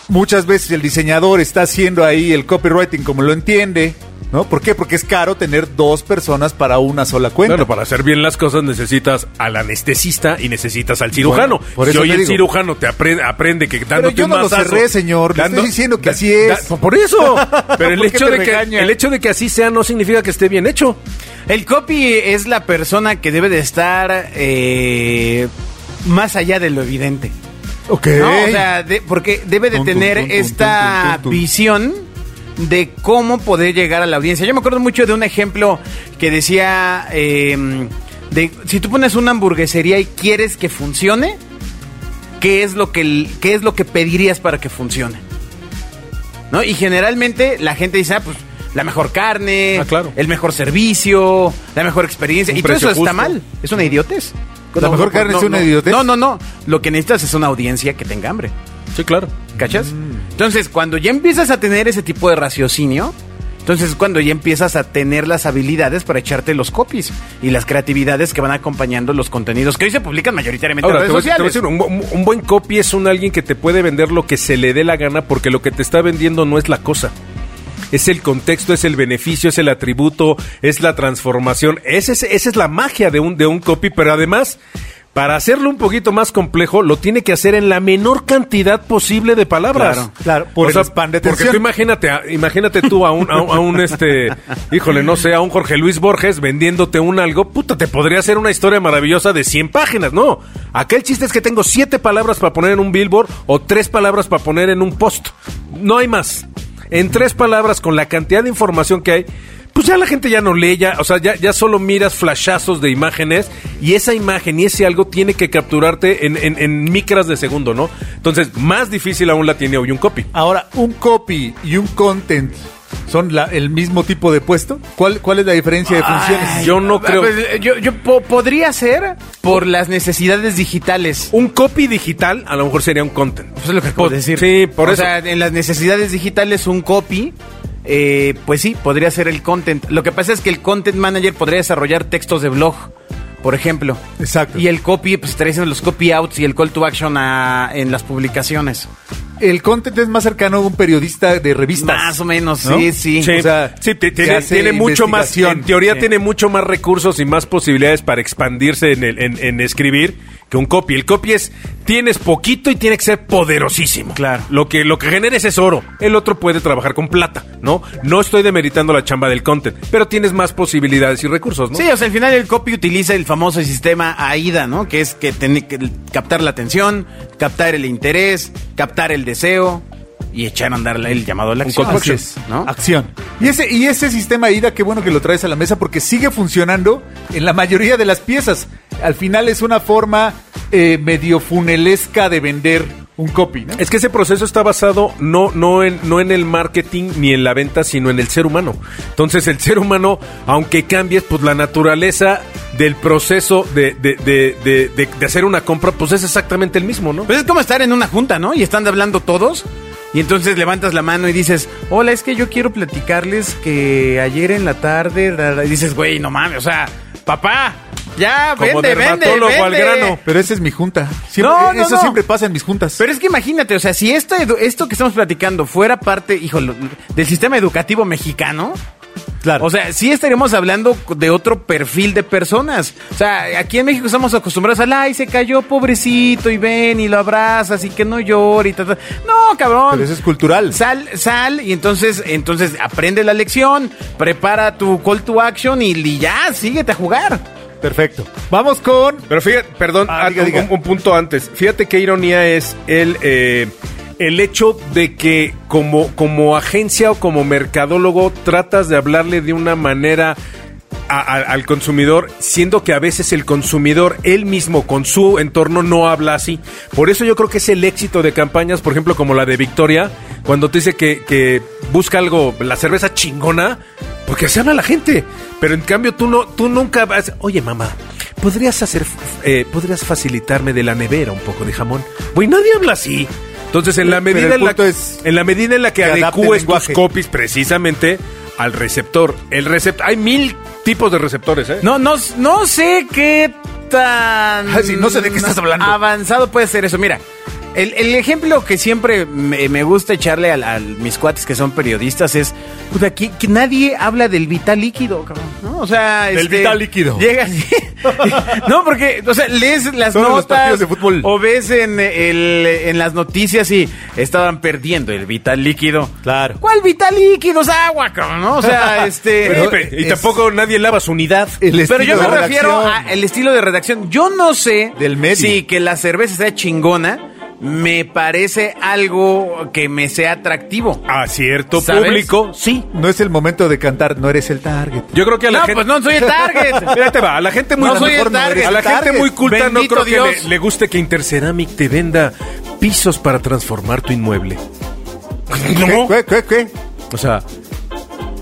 Muchas veces el diseñador está haciendo ahí el copywriting como lo entiende, ¿no? ¿Por qué? Porque es caro tener dos personas para una sola cuenta. Bueno, para hacer bien las cosas necesitas al anestesista y necesitas al cirujano. Bueno, por si eso hoy te el digo. cirujano te aprende, aprende que dándote yo un no lo mazazo- cerré, señor. Le estoy diciendo que así es. por (laughs) eso. Pero el ¿Por qué hecho te de que regaña? el hecho de que así sea no significa que esté bien hecho. El copy es la persona que debe de estar eh, más allá de lo evidente. Ok. ¿no? O sea, de- porque debe de Tum, tum, tener tum, tum, esta tum, tum, tum. visión de cómo poder llegar a la audiencia. Yo me acuerdo mucho de un ejemplo que decía, eh, de, si tú pones una hamburguesería y quieres que funcione, ¿qué es lo que, el- qué es lo que pedirías para que funcione? ¿No? Y generalmente la gente dice, ah, pues la mejor carne, Ah, claro. el mejor servicio, la mejor experiencia. Un y todo eso precio está justo. mal, es una idiotez. ¿La mejor carne es una no. idiotez? No, no, no. Lo que necesitas es una audiencia que tenga hambre. Sí, claro. ¿Cachas? Entonces, cuando ya empiezas a tener ese tipo de raciocinio, entonces es cuando ya empiezas a tener las habilidades para echarte los copies y las creatividades que van acompañando los contenidos que hoy se publican mayoritariamente Ahora, en redes te voy, te voy a sociales. decir, un, bu- un buen copy es un alguien que te puede vender lo que se le dé la gana porque lo que te está vendiendo no es la cosa. Es el contexto, es el beneficio, es el atributo, es la transformación. Ese es- esa es la magia de un, de un copy, pero además, para hacerlo un poquito más complejo, lo tiene que hacer en la menor cantidad posible de palabras. Claro, claro, por el span de Porque atención. tú imagínate, a- imagínate tú a un, a, un- a un, este, híjole, no sé, a un Jorge Luis Borges vendiéndote un algo, puta, te podría hacer una historia maravillosa de 100 páginas, no. Aquel chiste es que tengo siete palabras para poner en un billboard o tres palabras para poner en un post. No hay más. En tres palabras, con la cantidad de información que hay, pues ya la gente ya no lee, ya, o sea, ya, ya solo miras flashazos de imágenes y esa imagen y ese algo tiene que capturarte en, en- en micras de segundo, ¿no? Entonces, más difícil aún la tiene hoy un copy. Ahora, un copy y un content son la- el mismo tipo de puesto. ¿Cuál, cuál es la diferencia de funciones? Ay, Yo no creo. pues, Yo, yo po- podría ser por las necesidades digitales. Un copy digital a lo mejor sería un content. Pues es lo que acabo Por- de decir. Sí, por o eso. sea, en las necesidades digitales, un copy. eh, pues sí, podría ser el content. Lo que pasa es que el content manager podría desarrollar textos de blog, por ejemplo. Exacto. Y el copy, pues estaría haciendo los copy outs y el call to action a- en las publicaciones. El content es más cercano a un periodista de revistas. Más o menos, ¿no? sí, sí. Sí, o sea, sí, que ti- tiene, hace tiene mucho más, investigación. en teoría Sí. tiene mucho más recursos y más posibilidades para expandirse en, el- en- en escribir que un copy. El copy es, tienes poquito y tiene que ser poderosísimo. Claro. Lo que, lo que generes es oro. El otro puede trabajar con plata, ¿no? No estoy demeritando la chamba del content, pero tienes más posibilidades y recursos, ¿no? Sí, o sea, al final el copy utiliza el famoso sistema AIDA, ¿no? Que es que tiene que captar la atención, captar el interés, captar el deseo y echar a andar la- el llamado a la Un acción. call to action, Así es, ¿no? Acción. Y ese, y ese sistema IDA, qué bueno que lo traes a la mesa porque sigue funcionando en la mayoría de las piezas. Al final es una forma eh, medio funelesca de vender un copy, ¿no? Es que ese proceso está basado no, no, en, no en el marketing ni en la venta, sino en el ser humano. Entonces el ser humano, aunque cambies, pues la naturaleza del proceso de, de, de- de- de- de hacer una compra, pues es exactamente el mismo, ¿no? Pues es como estar en una junta, ¿no? Y están hablando todos. Y entonces levantas la mano y dices, hola, es que yo quiero platicarles que ayer en la tarde... ra, ra", Y dices, güey, no mames, o sea, papá, ya, Como vende, vende, dermatólogo al vende". grano. Pero esa es mi junta. Siempre- eh, No, no, eso no. siempre pasa en mis juntas. Pero es que imagínate, o sea, si esto, edu- esto que estamos platicando fuera parte, hijo, lo- del sistema educativo mexicano, claro. o sea, sí estaríamos hablando de otro perfil de personas. O sea, aquí en México estamos acostumbrados al, ay, se cayó, pobrecito, y ven y lo abrazas y que no llore y ta, ta". No, cabrón. Pero eso es cultural. Sal, sal, y entonces, entonces aprende la lección, prepara tu call to action y, y ya, síguete a jugar. Perfecto. Vamos con. Pero fíjate, perdón, Ah, ah, diga, un, diga. un- un punto antes. Fíjate qué ironía es el, eh, el hecho de que como, como agencia o como mercadólogo tratas de hablarle de una manera a- a- al consumidor, siendo que a veces el consumidor él mismo con su entorno no habla así. Por eso yo creo que es el éxito de campañas, por ejemplo, como la de Victoria, cuando te dice que, que busca algo, la cerveza chingona, porque se habla la gente. Pero en cambio tú no, tú nunca vas, oye mamá, podrías hacer, eh, podrías facilitarme de la nevera un poco de jamón. Güey, nadie habla así. Entonces, en la Pero medida, en el la, punto es en la medida en la que que adapte el adecúes tus lenguaje. copies precisamente al receptor, el receptor, hay mil tipos de receptores, ¿eh? No, no, no sé qué tan Ah, sí, no sé de qué estás hablando. avanzado puede ser eso. Mira, El, el ejemplo que siempre me, me gusta echarle al- a, mis cuates que son periodistas es, puta, aquí que nadie habla del vital líquido, cabrón, ¿no? O sea, Del vital líquido. Llegas y- (laughs) No, porque, o sea, lees las Solo los notas partidos de fútbol. o ves en, el, en las noticias y estaban perdiendo el vital líquido. Claro. ¿Cuál vital líquido? Es agua, cabrón, ¿no? O (laughs) sea, este... Pero- Eh, y es- tampoco nadie lava su unidad. El pero yo me estilo de refiero redacción. al estilo de redacción. Yo no sé Del medio. si que la cerveza sea chingona me parece algo que me sea atractivo. A Ah, cierto ¿Sabes? público, sí. No es el momento de cantar, no eres el target. Yo creo que a la no, gente. pues no soy el target. (laughs) Mira, te va, a la gente muy No a lo soy el mejor target. eres A la target. gente muy culta Bendito no creo que Dios. le, le guste que Interceramic te venda pisos para transformar tu inmueble. ¿No? ¿Qué, qué, qué? qué? O sea,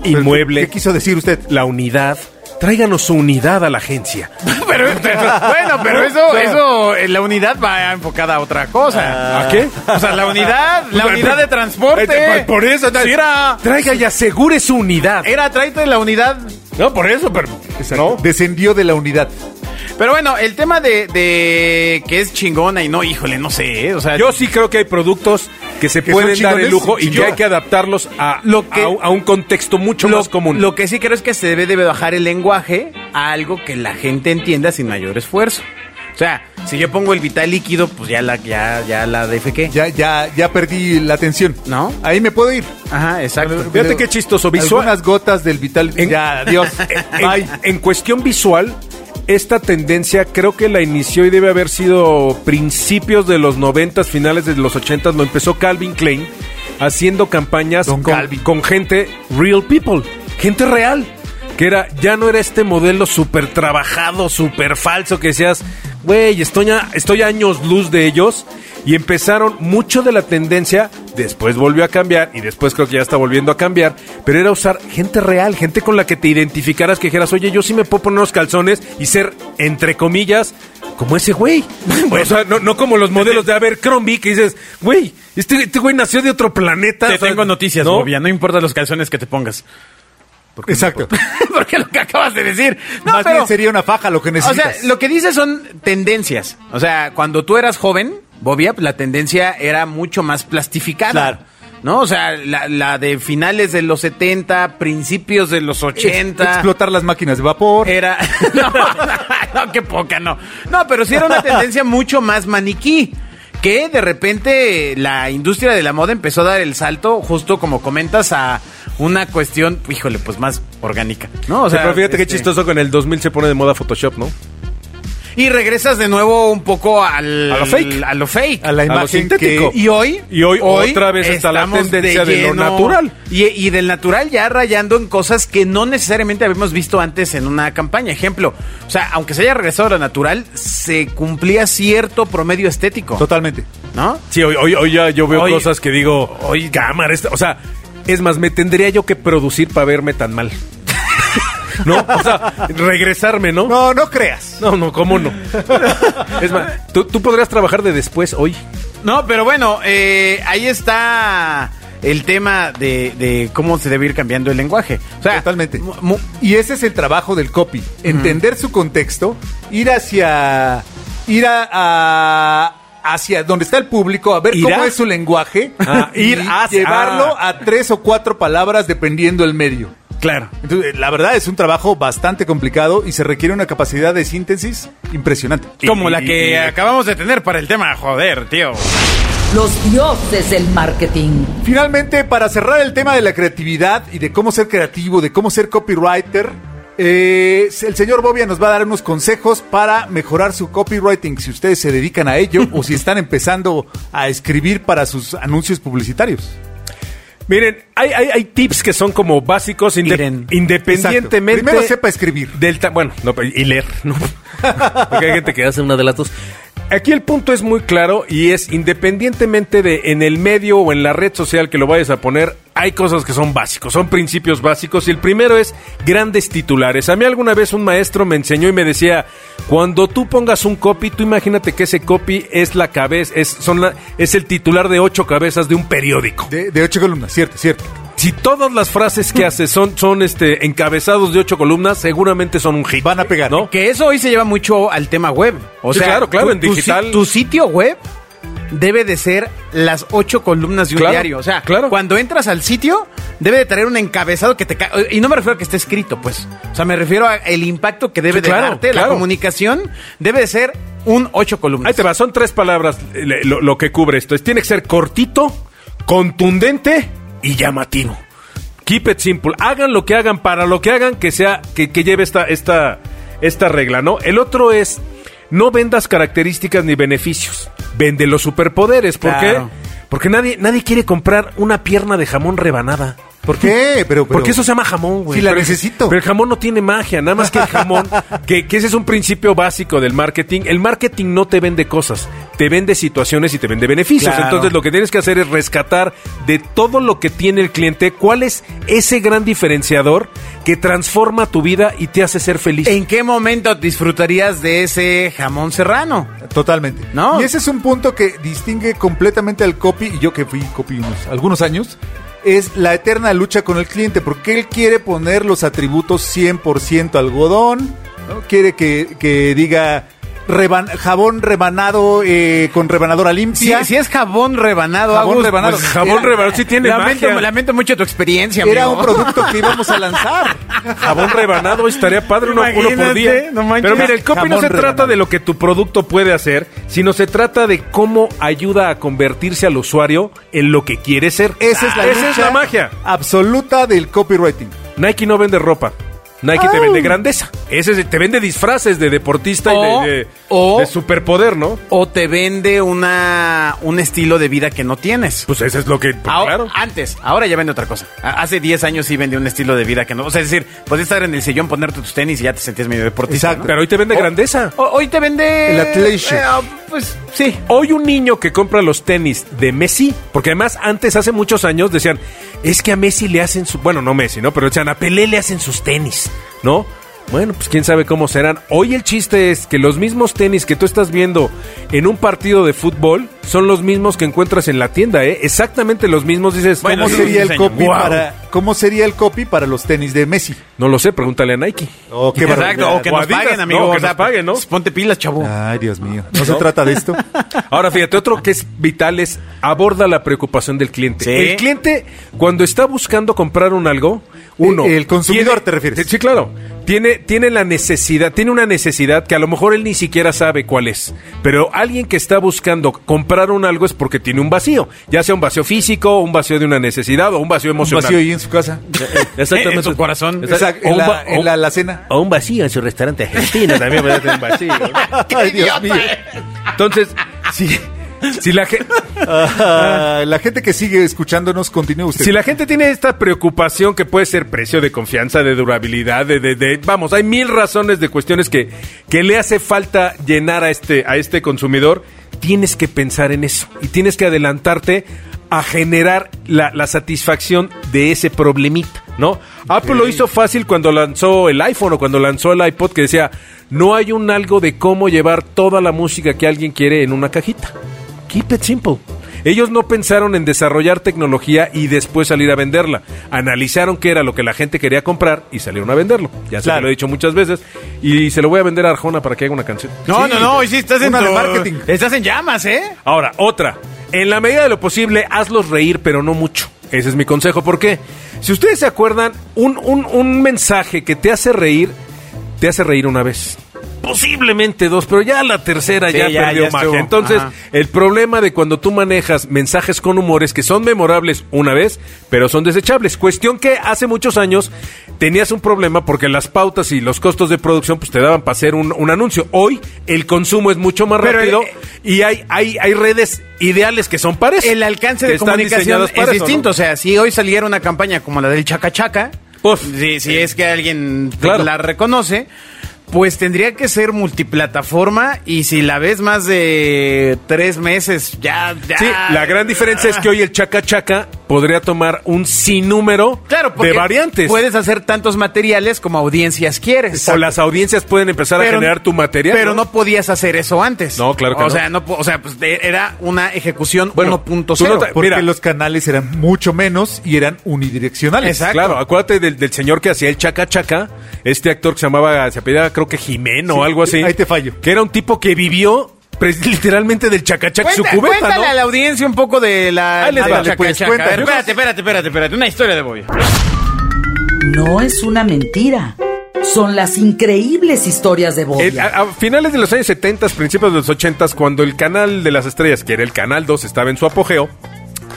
¿Pero inmueble, ¿Qué, qué quiso decir usted? la unidad, tráiganos su unidad a la agencia. pero, (laughs) pero- bueno, pero (laughs) eso, eso, eh, la unidad va enfocada a otra cosa. Ah. ¿A qué? O sea, la unidad, la Pues, unidad (laughs) de Por- transporte. Por eso, Sí, era, traiga y asegure su unidad. era tráete la unidad No, por eso, pero. ¿no? Descendió de la unidad. Pero bueno, el tema de, de que es chingona y no, híjole, no sé, ¿eh? o sea, Yo sí creo que hay productos que se Que son pueden dar el chingones, lujo y que chingón. hay que adaptarlos a, Lo que- a un- a un contexto mucho lo, más común. lo que sí creo es que se debe de bajar el lenguaje a algo que la gente entienda sin mayor esfuerzo. O sea, si yo pongo el vital líquido, pues ya la ya ya la DFK. Ya, ya, ya perdí la atención. ¿No? Ahí me puedo ir. Ajá, exacto. Fíjate qué chistoso, visual. Algunas gotas del vital. En- Ya, adiós. en, en cuestión visual, esta tendencia creo que la inició y debe haber sido principios de los 90, finales de los 80, lo empezó Calvin Klein haciendo campañas Don con, Calvin. con gente real people, gente real. Que era, ya no era este modelo súper trabajado, súper falso, que decías, güey, estoy, a- estoy a años luz de ellos. Y empezaron mucho de la tendencia, después volvió a cambiar y después creo que ya está volviendo a cambiar, pero era usar gente real, gente con la que te identificaras, que dijeras, oye, yo sí me puedo poner unos calzones y ser, entre comillas, como (laughs) ese güey. o sea, no, no como los modelos de Abercrombie que dices, güey, este, este güey nació de otro planeta. Te O sea, tengo noticias, Bobia, no importa los calzones que te pongas. (laughs) Exacto. Porque lo que acabas de decir. No, Más pero bien sería una faja lo que o necesitas. sea, lo que dices son tendencias. O sea, cuando tú eras joven, Bobia, la tendencia era mucho más plastificada. Claro. ¿No? O sea, la, la de finales de los 70, principios de los 80. Explotar las máquinas de vapor. Era. (laughs) No, no, qué poca, no. No, pero sí era una tendencia mucho más maniquí. Que de repente la industria de la moda empezó a dar el salto, justo como comentas, a una cuestión, híjole, pues más orgánica. ¿No? O sea, pero fíjate qué este, chistoso que en el 2000 se pone de moda Photoshop, ¿no? Y regresas de nuevo un poco al. A lo fake. A lo fake. A la lo imagen sintético. que... Y hoy, Y hoy otra vez está la estamos tendencia de lo natural. Y, y del natural ya rayando en cosas que no necesariamente habíamos visto antes en una campaña. Ejemplo, o sea, aunque se haya regresado a lo natural, se cumplía cierto promedio estético, Totalmente. ¿no? Sí, hoy, hoy, hoy ya yo veo Hoy- cosas que digo, hoy cámara, esta- o sea, es más, me tendría yo que producir para verme tan mal. no, o sea, regresarme, ¿no? No, no creas. No, no, ¿cómo no? es más, tú, tú podrías trabajar de después hoy. No, pero bueno, eh, ahí está el tema de, de cómo se debe ir cambiando el lenguaje. O sea, Totalmente. mu- mu- Y ese es el trabajo del copy. Entender su contexto, ir hacia. ir a. a- hacia donde está el público, a ver Ir cómo a- es su lenguaje. Ah, y ir hacia- ah. Llevarlo a tres o cuatro palabras dependiendo el medio. Claro. Entonces, la verdad es un trabajo bastante complicado y se requiere una capacidad de síntesis impresionante. como la y- que acabamos de tener para el tema, joder, tío. Los dioses del marketing. Finalmente, para cerrar el tema de la creatividad y de cómo ser creativo, de cómo ser copywriter, eh, el señor Bobia nos va a dar unos consejos para mejorar su copywriting si ustedes se dedican a ello o si están empezando a escribir para sus anuncios publicitarios. Miren, hay, hay, hay tips que son como básicos inde- Miren. independientemente. Exacto. Primero sepa escribir. Del ta- bueno, no, pero- y leer, ¿no? (laughs) Porque hay gente que hace una de las dos. Aquí el punto es muy claro y es independientemente de en el medio o en la red social que lo vayas a poner, hay cosas que son básicos, son principios básicos y el primero es grandes titulares. A mí alguna vez un maestro me enseñó y me decía, cuando tú pongas un copy, tú imagínate que ese copy es la cabeza, es, son la- es el titular de ocho cabezas de un periódico. De, de ocho columnas, cierto, cierto. Si todas las frases que haces son, son este, encabezados de ocho columnas, seguramente son un hit. Van a pegar. ¿no? Que eso hoy se lleva mucho al tema web. O Sí, sea, claro, claro, en tu- tu digital. si- Tu, sitio web debe de ser las ocho columnas de un Claro, diario. O sea, claro. cuando entras al sitio, debe de traer un encabezado que te ca- Y no me refiero a que esté escrito, pues. O sea, me refiero al impacto que debe Sí, claro, de darte. La claro. comunicación debe de ser un ocho columnas. Ahí te va, son tres palabras eh, le- lo, lo que cubre esto. Es, tiene que ser cortito, contundente y llamativo. Keep it simple. Hagan lo que hagan para lo que hagan que sea que, que lleve esta, esta, esta regla, ¿no? El otro es no vendas características ni beneficios. Vende los superpoderes. ¿Por Claro. qué? Porque nadie, nadie quiere comprar una pierna de jamón rebanada. ¿Por qué? Pero- pero- Porque eso se llama jamón, güey. Sí, la Pero- necesito. Pero el jamón no tiene magia, nada (laughs) más que el jamón, que, que ese es un principio básico del marketing. El marketing no te vende cosas, te vende situaciones y te vende beneficios. Claro. Entonces lo que tienes que hacer es rescatar de todo lo que tiene el cliente cuál es ese gran diferenciador que transforma tu vida y te hace ser E feliz. ¿En qué momento disfrutarías de ese jamón serrano? Totalmente. ¿No? Y ese es un punto que distingue completamente al copy, y yo que fui copy unos, algunos años, es la eterna lucha con el cliente, porque él quiere poner los atributos 100% algodón, ¿no? quiere que, que diga reban- jabón rebanado eh, con rebanadora Si, limpia. si es jabón rebanado, Jabón Agus, rebanado. Jamón era- rebanado sí tiene lamento, magia. lamento mucho tu experiencia, Era amigo. un producto que íbamos (laughs) a lanzar. Jabón rebanado estaría padre uno, uno por día. Imagínate, no manches. Pero mira, el copy no Jamón se trata rebanado. de lo que tu producto puede hacer, sino se trata de cómo ayuda a convertirse al usuario en lo que quiere ser. Esa es la, Esa es lucha la magia. absoluta del copywriting. Nike no vende ropa. Nike Oh. te vende grandeza. Ese es- te vende disfraces de deportista O- y de, de- o- de superpoder, ¿no? O te vende una, un estilo de vida que no tienes. Pues eso es lo que. pues, Ahora- ah, claro. Antes, ahora ya vende otra cosa. A- Hace 10 años sí vendía un estilo de vida que no. O sea, es decir, podías estar en el sillón, ponerte tus tenis y ya te sentías medio deportista. Exacto. ¿no? Pero hoy te vende O- grandeza. o- hoy te vende. El athleisure. eh, ah, pues sí. Hoy un niño que compra los tenis de Messi, porque además antes, hace muchos años, decían, es que a Messi le hacen su... Bueno, no Messi, ¿no? Pero decían, a Pelé le hacen sus tenis, ¿no? Bueno, pues quién sabe cómo serán. Hoy el chiste es que los mismos tenis que tú estás viendo en un partido de fútbol son los mismos que encuentras en la tienda, ¿eh? Exactamente los mismos. Dices, Bueno, ¿Cómo sí, sería el diseño. copy Wow. para cómo sería el copy para los tenis de Messi? No lo sé, pregúntale a Nike. Oh, qué Exacto. barbaridad. O que O nos Adidas, paguen, no, amigo. que o nos sea, paguen, ¿no? Ah, pues, Ponte pilas, chavo. Ay, Dios mío. ¿No se trata (laughs) de esto? Ahora fíjate, otro que es vital es aborda la preocupación del cliente. Sí. El cliente, cuando está buscando comprar un algo, uno. El- el consumidor, ¿te refieres? Sí, claro. Tiene, tiene la necesidad, tiene una necesidad que a lo mejor él ni siquiera sabe cuál es. Pero alguien que está buscando comprar un algo es porque tiene un vacío. Ya sea un vacío físico, un vacío de una necesidad o un vacío Un emocional. Eh, vacío ahí en su casa. Exactamente. En su corazón. Exacto, en, la, en la alacena. (laughs) O un vacío en su restaurante argentino también puede ser un vacío. Ay, Dios mío. (laughs) Entonces, si, si la gente. Ah, la gente que sigue escuchándonos, continúe usted. Si la gente tiene esta preocupación que puede ser precio de confianza, de durabilidad, de, de- de- vamos, hay mil razones de cuestiones que, que le hace falta llenar a este, a este consumidor, tienes que pensar en eso y tienes que adelantarte a generar la, la satisfacción de ese problemita, ¿no? Apple lo hizo fácil cuando lanzó el iPhone o cuando lanzó el iPod que decía, no hay un algo de cómo llevar toda la música que alguien quiere en una cajita. Keep it simple. Ellos no pensaron en desarrollar tecnología y después salir a venderla. Analizaron qué era lo que la gente quería comprar y salieron a venderlo. Ya se Claro. lo he dicho muchas veces. Y se lo voy a vender a Arjona para que haga una canción. No, Sí. no, no. Hoy sí estás en Una de tu- marketing. Estás en llamas, ¿eh? Ahora, otra. En la medida de lo posible, hazlos reír, pero no mucho. Ese es mi consejo. ¿Por qué? Si ustedes se acuerdan, un, un- un mensaje que te hace reír, te hace reír una vez. Posiblemente dos, pero ya la tercera Sí, ya, ya, perdió ya magia. estuvo. Entonces, Ajá. el problema de cuando tú manejas mensajes con humores que son memorables una vez, pero son desechables. Cuestión que hace muchos años tenías un problema porque las pautas y los costos de producción pues te daban para hacer un, un anuncio. Hoy el consumo es mucho más Pero, rápido eh, y hay, hay, hay redes ideales que son pares. El alcance que de están comunicación diseñadas es para eso, distinto. ¿no? O sea, si hoy saliera una campaña como la del Chaca Chaca, Uf. si, si es que alguien Pues, eh, Claro. la reconoce, pues tendría que ser multiplataforma y si la ves más de tres meses, ya, ya. Sí, la gran diferencia es que hoy el chaca chaca podría tomar un sinnúmero Claro, porque de variantes. puedes hacer tantos materiales como audiencias quieres. o las audiencias pueden empezar a generar tu material. Pero no podías hacer eso antes. No, claro que o no. Sea, no. po- O sea, pues de- era una ejecución Bueno, 1.0. tú no te- Porque Mira. los canales eran mucho menos y eran unidireccionales. Exacto. Claro, acuérdate del, del señor que hacía el chaca chaca, este actor que se llamaba, se apellidaba creo que Jimeno o algo así. ahí te fallo. Que era un tipo que vivió pre- (laughs) literalmente del chacachac su Cuenta- cubeta, cuéntale ¿no? a la audiencia un poco de la... Ahí les de va. la chacachaca. Pues, A ver, cuéntale. espérate, espérate, espérate, espérate. Una historia de Bobia. No es una mentira. Son las increíbles historias de Bobia. El- ah. a, a finales de los años 70, principios de los 80, cuando el canal de las estrellas, que era el Canal 2, estaba en su apogeo,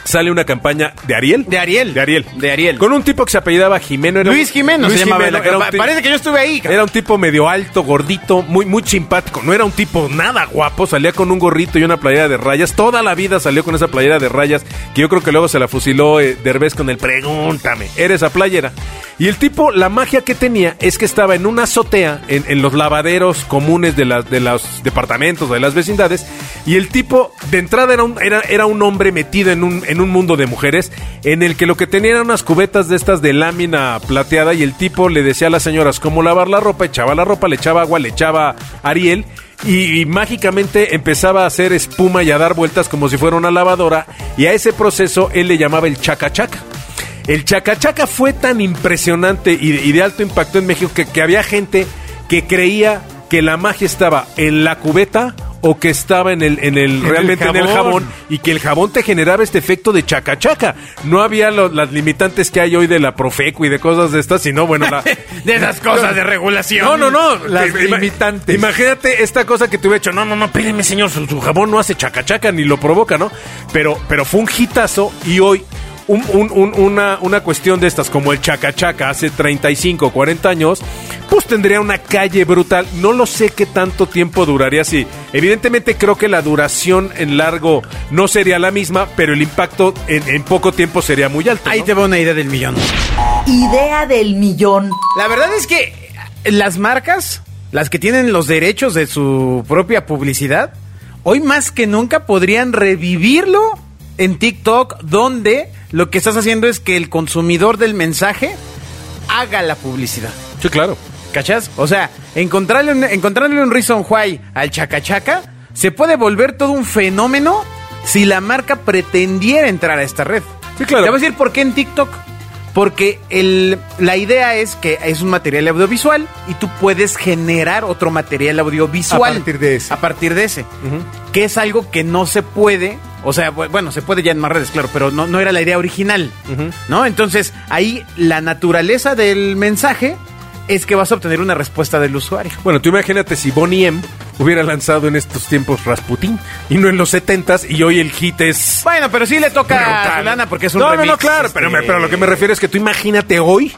sale una campaña de Ariel. De Ariel. De Ariel. De Ariel. Con un tipo que se apellidaba Jimeno. era Luis un- Jimeno se llamaba el- era un pa- ti- parece que yo estuve ahí, cabrón. Era un tipo medio alto, gordito, muy, muy simpático. No era un tipo nada guapo. Salía con un gorrito y una playera de rayas. Toda la vida salió con esa playera de rayas. Que yo creo que luego se la fusiló eh, Derbez con el pregúntame. Era esa playera. Y el tipo, la magia que tenía es que estaba en una azotea, en, en los lavaderos comunes de, las de los departamentos, de las vecindades. Y el tipo, de entrada, era un, era, era un hombre metido en un, en un mundo de mujeres, en el que lo que tenía eran unas cubetas de estas de lámina plateada. Y el tipo le decía a las señoras cómo lavar la ropa, echaba la ropa, le echaba agua, le echaba Ariel. Y, y mágicamente empezaba a hacer espuma y a dar vueltas como si fuera una lavadora. Y a ese proceso él le llamaba el chacachaca. El chacachaca fue tan impresionante y, y de alto impacto en México que, que había gente que creía que la magia estaba en la cubeta o que estaba en el, en el el realmente en el jabón. jabón y que el jabón te generaba este efecto de chacachaca. No había lo- las limitantes que hay hoy de la Profeco y de cosas de estas, sino bueno, la, (laughs) (laughs) De esas cosas de regulación. no, no, no. Las Que- ima- limitantes. Imagínate esta cosa que te hubiera hecho. No, no, no, espéreme, señor. Su, su jabón no hace chacachaca ni lo provoca, ¿no? Pero, pero fue un hitazo y hoy. un- un- un- una, una cuestión de estas, como el chacachaca hace 35, 40 años, pues tendría una calle brutal. No lo sé qué tanto tiempo duraría así. Evidentemente creo que la duración en largo no sería la misma, pero el impacto en, en poco tiempo sería muy alto. Ahí ¿no? te va una idea del millón. Idea del millón. La verdad es que las marcas, las que tienen los derechos de su propia publicidad, hoy más que nunca podrían revivirlo en TikTok, donde lo que estás haciendo es que el consumidor del mensaje haga la publicidad. Sí, claro. ¿Cachas? O sea, encontrarle un, encontrarle un reason why al chacachaca se puede volver todo un fenómeno si la marca pretendiera entrar a esta red. Sí, claro. Te voy a decir por qué en TikTok. Porque el, la idea es que es un material audiovisual y tú puedes generar otro material audiovisual. A partir de ese. A partir de ese. Que es algo que no se puede. O sea, bu- bueno, se puede ya en más redes, claro, pero no, no era la idea original. ¿No? Entonces, ahí la naturaleza del mensaje es que vas a obtener una respuesta del usuario. Bueno, tú imagínate si Bonnie M hubiera lanzado en estos tiempos Rasputin y no en los 70s y hoy el hit es Bueno, pero sí le toca a brutal. Lana porque es un no, remix, No, no, claro, pero, este, me- pero lo que me refiero es que tú imagínate hoy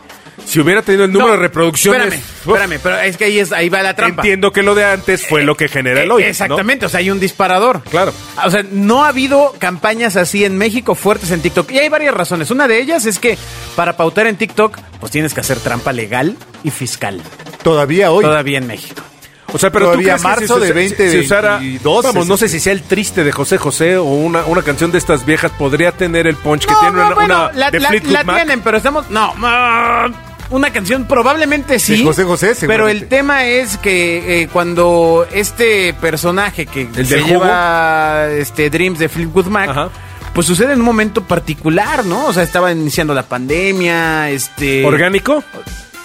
si hubiera tenido el número No, de reproducciones. Espérame, espérame, pero es que ahí, es, ahí va la Uf, trampa. Entiendo que lo de antes fue lo que genera el hoy. Eh, ¿no? Exactamente, o sea, hay un disparador. Claro. O sea, no ha habido campañas así en México fuertes en TikTok. Y hay varias razones. Una de ellas es que para pautar en TikTok, pues tienes que hacer trampa legal y fiscal. Todavía hoy. Todavía en México. O sea, pero tú Todavía crees que si se- marzo de si- 20, si usara, 22, vamos, no sé es- si sea el triste de José José o una, una canción de estas viejas podría tener el punch que No, tiene no, una, bueno, una la, de la- Fleetwood la Mac. tienen, pero estamos. No. ah, Una canción probablemente sí. De José José, Pero seguramente. el tema es que eh, cuando este personaje que ¿El se del jugo? lleva este, Dreams de Fleetwood Mac. Ajá. Pues sucede en un momento particular, ¿no? O sea, estaba iniciando la pandemia, este... Eh, ¿Orgánico?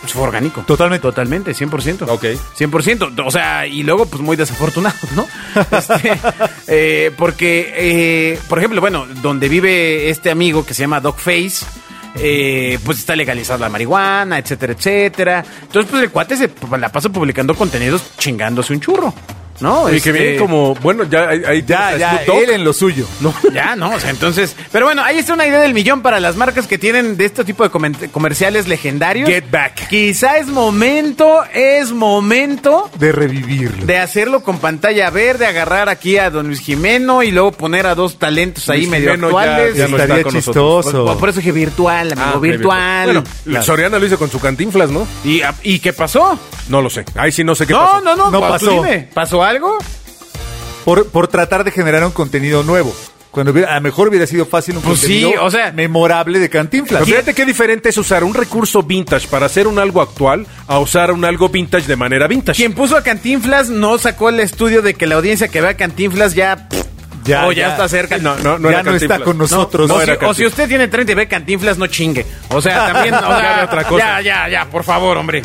Pues fue orgánico. Totalmente. Totalmente, 100%. Ok. 100%. O sea, y luego, pues muy desafortunado, (laughs) ¿no? Este, eh, porque, eh, por ejemplo, bueno, donde vive este amigo que se llama Doc Face. eh, pues está legalizada la marihuana, etcétera, etcétera. Entonces, pues el cuate se p- la pasa publicando contenidos chingándose un churro, ¿no? Oye, que Este, bien, como, bueno, ya ahí- ahí Pues Ya, tienes a ya, Snoop Dogg. él en lo suyo. No, (laughs) Ya, no, o sea, entonces. Pero bueno, ahí está una idea del millón para las marcas que tienen de este tipo de comen- comerciales legendarios. Get back. Quizá es momento, es momento De revivirlo. de hacerlo con pantalla verde, agarrar aquí a don Luis Jimeno y luego poner a dos Pues talentos ahí Luis medio Jimeno ya- actuales. ya no está Estaría con nosotros. chistoso. Por, por eso dije virtual, amigo, Ah, virtual. Bueno, Claro. Soriana lo hizo con su cantinflas, ¿no? ¿Y, a- ¿Y qué pasó? No lo sé. Ahí sí no sé qué no, pasó. no, no, No pues, pasó. tú dime, ¿Pasó algo? Por, por tratar de generar un contenido nuevo. Cuando hubiera- a lo mejor hubiera sido fácil un Pues sí, contenido o sea- memorable de Cantinflas. Pero fíjate qué diferente es usar un recurso vintage para hacer un algo actual a usar un algo vintage de manera vintage. Quien puso a Cantinflas no sacó el estudio de que la audiencia que vea Cantinflas ya. Ya, o Ah, ya, ya. está cerca. No, no, no ya era no está Cantinflas. con nosotros. No, o, no era si, o si usted tiene 30 y ve cantinflas, no chingue. O sea, (laughs) también. o sea, Ya ve otra Ya, cosa. ya, ya, por favor, hombre.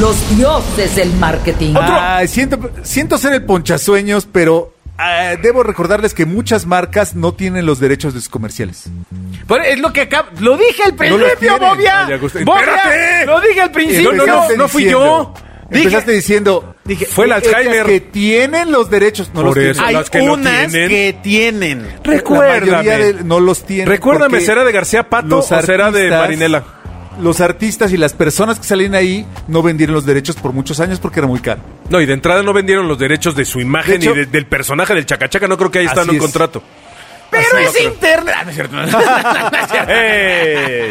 Los dioses del marketing. Ay, siento, siento ser el ponchasueños, pero ah, debo recordarles que muchas marcas no tienen los derechos de sus comerciales. Pero es lo que acá. Lo dije al los principio, tienen. Bobia. Ay, Agustín, Bobia, espérate. Lo dije al principio. no, no, no fui yo. Dije- Empezaste diciendo, Dije, fue el ellas Alzheimer. que tienen los derechos, no Por los eso. tienen. Hay las que lo unas tienen. que tienen. La mayoría Recuérdame. de- no los tienen. Recuérdame, porque ¿será de García Pato o los será de artistas- Marinela? Los artistas y las personas que salen ahí no vendieron los derechos por muchos años porque era muy caro. No, y de entrada no vendieron los derechos de su imagen De hecho- y de- del personaje del Chacachaca. No creo que ahí está en Así un es. contrato. Pero Así lo es creo. internet. Ah, no es cierto. No, no, no es cierto. ¡Ey!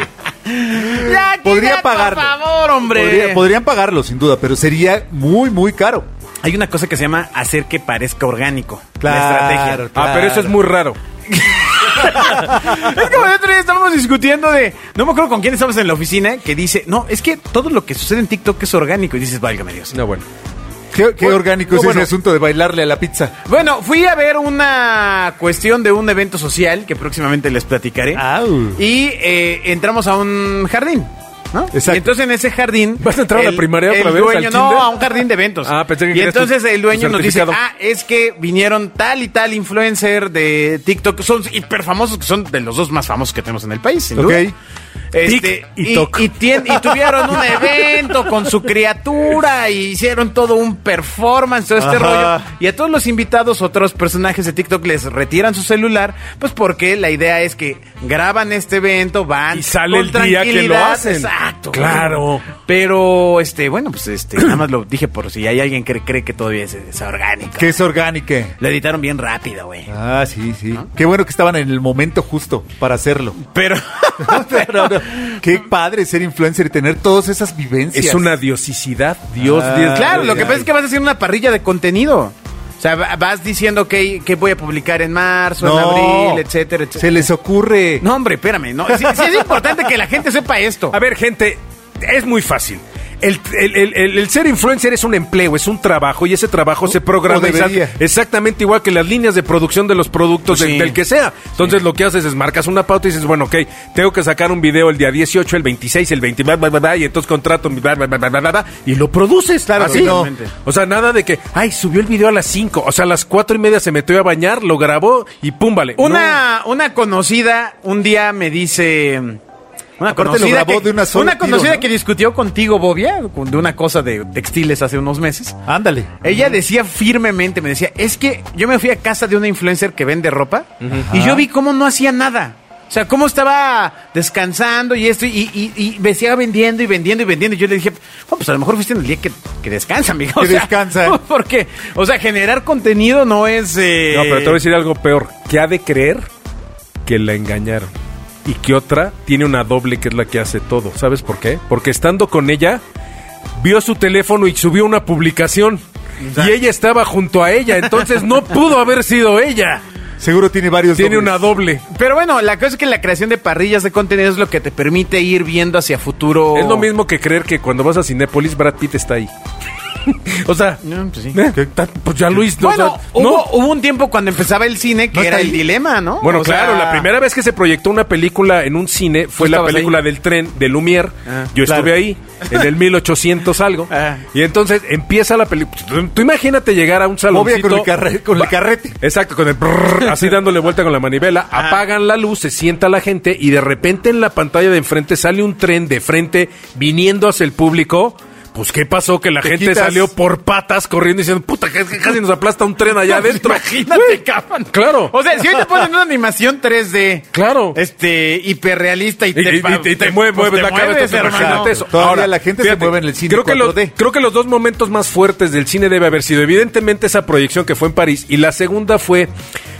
Ya, quita, Podría pagarlo. Por favor, hombre. Podría- podrían pagarlo, sin duda, pero sería muy, muy caro. Hay una cosa que se llama hacer que parezca orgánico. La Claro, estrategia. claro. Ah, pero eso es muy raro. Es como Ah, el otro día estábamos discutiendo de. No me acuerdo con quién estábamos en la oficina que dice. No, es que todo lo que sucede en TikTok es orgánico. Y dices, válgame Dios. No, bueno. Qué, qué Bueno, orgánico es bueno. ese asunto de bailarle a la pizza. Bueno, fui a ver una cuestión de un evento social que próximamente les platicaré. Au. Y eh, entramos a un jardín. ¿no? Exacto. Y entonces en ese jardín. ¿Vas a entrar a la primaria el para ver dueño, al No, kinder? a un jardín de eventos. Ah, pensé que Y querías tu- entonces el dueño tu nos dice: certificado. Ah, es que vinieron tal y tal influencer de TikTok. Son hiper famosos, que son de los dos más famosos que tenemos en el país, sin duda. Ok. Este, Tic y toc. y tien- y tuvieron (laughs) un evento con su criatura y hicieron todo un performance, todo este Ajá. rollo. Y a todos los invitados, otros personajes de TikTok les retiran su celular, pues porque la idea es que graban este evento, van Y sale el con día que lo tranquilidad. hacen. Exacto. Claro. Pero, este, bueno, pues este, nada más lo dije por si hay alguien que cree que todavía es, es orgánico. Que es orgánico. Lo editaron bien rápido, güey. Ah, sí, sí. Qué bueno que estaban en el momento justo (laughs) para hacerlo. (laughs) (laughs) Pero, Pero no, qué padre ser influencer y tener todas esas vivencias. Es una diosicidad. Dios, Ah, Dios. Claro, lo ya. que pasa es que vas a hacer una parrilla de contenido. O sea, va- vas diciendo que, que voy a publicar en marzo, en abril, etcétera, Se etcétera. les ocurre. No, hombre, espérame. No, sí, sí es importante que la gente sepa esto. A ver, gente, es muy fácil. El, el- el- el- el ser influencer es un empleo, es un trabajo y ese trabajo se o programa debería. exact- exactamente igual que las líneas de producción de los productos Sí. del, del que sea. Entonces lo que haces es marcas una pauta y dices, bueno, ok, tengo que sacar un video el día 18, el 26, el 20, bla, bla, bla, bla, y entonces contrato mi bla, bla, bla, bla, bla, bla, bla, y lo produces. Claro, Así. totalmente. O sea, nada de que, ay, subió el video a las 5, o sea, a las 4 y media se metió a bañar, lo grabó y pum, vale. Una, una conocida un día me dice. Una Aparte lo conocida, grabó que, de una sola una tiro, conocida ¿no? que discutió contigo, Bobia, con- de una cosa de textiles hace unos meses. Ándale. Ella decía firmemente, me decía, es que yo me fui a casa de una influencer que vende ropa y yo vi cómo no hacía nada. O sea, cómo estaba descansando y esto, y, y, y me siga vendiendo y vendiendo y vendiendo. Y yo le dije, "Bueno, pues a lo mejor fuiste en el día que, que descansa, amigo. Que descansa. (laughs) Porque, o sea, generar contenido no es... eh, No, pero te voy a decir algo peor. Que ha de creer que la engañaron. Y que otra tiene una doble que es la que hace todo. ¿Sabes por qué? Porque estando con ella, vio su teléfono y subió una publicación. Y ella estaba junto a ella, entonces no pudo haber sido ella. Seguro tiene varios. Tiene dobles. una doble. Pero bueno, la cosa es que la creación de parrillas de contenido es lo que te permite ir viendo hacia futuro. Es lo mismo que creer que cuando vas a Cinépolis, Brad Pitt está ahí. (laughs) o sea, No, pues sí. eh, (laughs) ta- pues ya Luis, no, Bueno, o sea, no. hubo, hubo un tiempo cuando empezaba el cine que ¿No está era el ahí? dilema, ¿no? Bueno, O claro, sea, la primera vez que se proyectó una película en un cine fue la estabas película ahí? del tren de Lumière. Ah, Yo claro. estuve ahí, en el 1800 algo. Ah. Y entonces empieza la película. Tú, tú imagínate llegar a un Obvia saloncito. con el, carre- con (gasps) el carrete. Exacto, con el brrr, así dándole vuelta con la manivela, apagan la luz, se sienta la gente y de repente en la pantalla de enfrente sale un tren de frente viniendo hacia el público. Pues qué pasó que la Te gente quitas. salió por patas corriendo y diciendo, puta, que- que casi nos aplasta un tren allá adentro. (laughs) Imagínate, cabrón. Claro. O sea, si hoy te ponen una animación 3D. Claro. Este, hiperrealista y Y, te, y- y- y te mueve, pues mueve te la cabeza. mueves, entonces, hermano. imagínate eso. Todavía la gente se mueve en el cine Creo que, los, 4D. creo que los dos momentos más fuertes del cine debe haber sido, evidentemente, esa proyección que fue en París. Y la segunda fue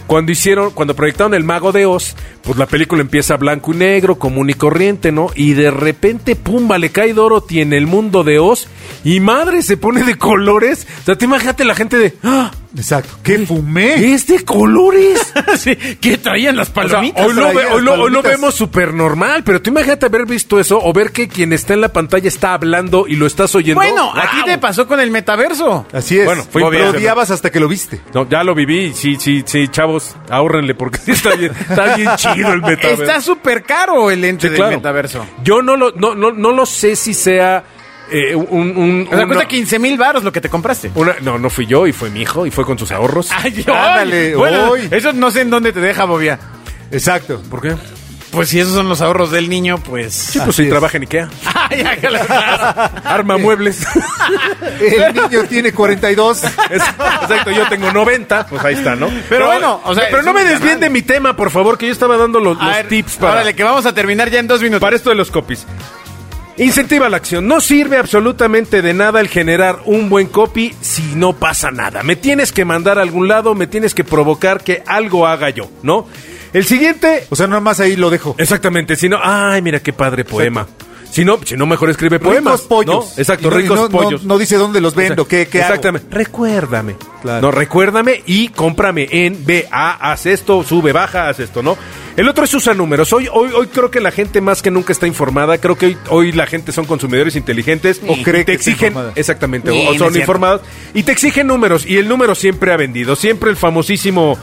cuando hicieron, cuando proyectaron El Mago de Oz, pues la película empieza blanco y negro, común y corriente, ¿no? Y de repente, pumba, le cae Dorothy en el mundo de Oz. Y madre, se pone de colores. O sea, te imagínate la gente de. ¿Eh? ¡Ah! Exacto. ¡Qué fumé! ¡Es de colores! (laughs) Sí, ¿Qué traían las O sea, palomitas? hoy, lo traía ve- las hoy lo- hoy lo palomitas. vemos súper normal, pero tú imagínate haber visto eso o ver que quien está en la pantalla está hablando y lo estás oyendo. bueno, a ti ¡Wow! te pasó con el metaverso. Así es. Bueno, fue lo impresionante. odiabas hasta que lo viste. No, ya lo viví, sí, sí, sí, chavos, ahórrenle porque (laughs) sí está bien, está bien chido el metaverso. Está súper caro el ente Sí, del claro. metaverso. Yo no lo, no, no, no lo sé si sea eh, un... un- O sea, un- cuesta 15 mil baros lo que te compraste. una- no, no fui yo y fue mi hijo y fue con sus ahorros. Ay, Ándale, bueno, hoy. eso no sé en dónde te deja, Bobia. Exacto. ¿Por qué? Pues si esos son los ahorros del niño, pues. Sí, pues Así sí, es. trabaja en Ikea. (laughs) Ay, hágalo más. (laughs) Arma muebles. (laughs) El niño tiene 42. Es- exacto, yo tengo 90, pues ahí está, ¿no? Pero, bueno, o sea, pero es no un me desvíen canal. de mi tema, por favor, que yo estaba dando los, A los ver, tips para, Órale, que vamos a terminar ya en dos minutos. para esto de los copies. Incentiva la acción. No sirve absolutamente de nada el generar un buen copy si no pasa nada. Me tienes que mandar a algún lado, me tienes que provocar que algo haga yo, ¿no? El siguiente O sea, nada más ahí lo dejo. Exactamente, si no, ay, mira qué padre poema. Si no, si no, mejor escribe poemas. Ricos pollos. ¿no? Exacto, Y no- y ricos no- no- pollos. no dice dónde los vendo, Exacto. qué- qué hago. Exactamente. Recuérdame. Claro. No, recuérdame y cómprame en BA, haz esto, sube, baja, haz esto, ¿no? El otro es usa números. Hoy, hoy, hoy creo que la gente más que nunca está informada. Creo que hoy, hoy la gente son consumidores inteligentes. O Y cree te que está exigen. informada. Exactamente, Sí, no o es son cierto. informados. Y te exigen números. Y el número siempre ha vendido. Siempre el famosísimo.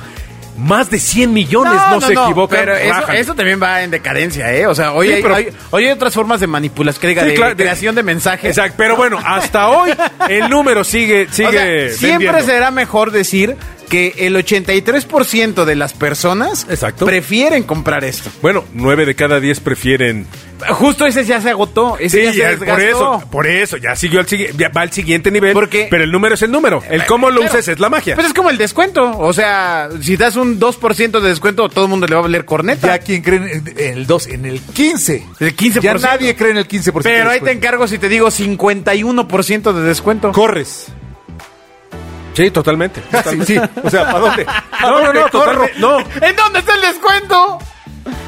Más de 100 millones no, se equivocan. Pero eso, bajan. eso también va en decadencia, ¿eh? O sea, hoy, Sí, hay, pero- hay- hoy hay otras formas de manipulación, que diga, Sí, de claro, de- creación de mensajes. Exacto, pero bueno, hasta hoy el número sigue, sigue. O sea, siempre vendiendo. será mejor decir que el 83% de las personas Exacto. prefieren comprar esto. Bueno, nueve de cada diez prefieren. Justo ese ya se agotó, ese Sí, ya se ya, desgastó. por eso, por eso, ya siguió al sigui- ya va al siguiente nivel. Porque- Pero el número es el número. El cómo lo Claro. uses es la magia. Pues es como el descuento. O sea, si das un 2% de descuento, todo el mundo le va a valer corneta. Ya quien cree en en el 2, en el 15. El 15%. Ya nadie cree en el 15%. Pero ahí te descuento. encargo si te digo 51% de descuento. Corres. Sí, totalmente. Sí, sí. O sea, ¿para dónde? No, no, no, Corre. totalmente. No, (laughs) ¿En dónde está el descuento?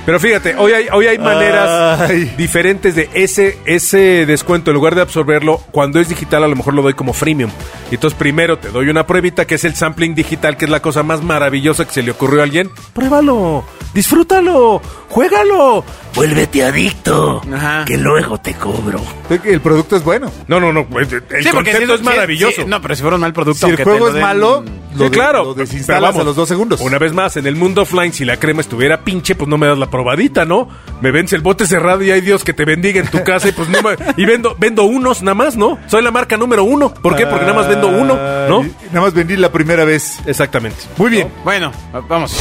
pero fíjate, hoy hay, hoy hay maneras Ay. diferentes de ese, ese descuento. En lugar de absorberlo, cuando es digital, a lo mejor lo doy como freemium. Y entonces primero te doy una pruebita que es el sampling digital, que es la cosa más maravillosa que se le ocurrió a alguien. Pruébalo, disfrútalo, juégalo. Vuélvete adicto, Ajá. que luego te cobro. El producto es bueno. No, no, no. El el porque concepto si- es si- maravilloso. si- no, pero si fuera un mal producto. Si el aunque te juego lo es den- malo, Sí, lo, de- claro. lo Pero desinstalas vamos, a los dos segundos. Una vez más, en el mundo offline, si la crema estuviera pinche, pues no me das la probadita, ¿no? Me vence el bote cerrado y hay Dios que te bendiga en tu casa y pues no me- Y vendo, vendo unos nada más, ¿no? Soy la marca número uno. ¿Por qué? Porque nada más vendo uno, ¿no? Ay, Nada más vendí la primera vez. Exactamente. Muy bien. Bueno, vamos.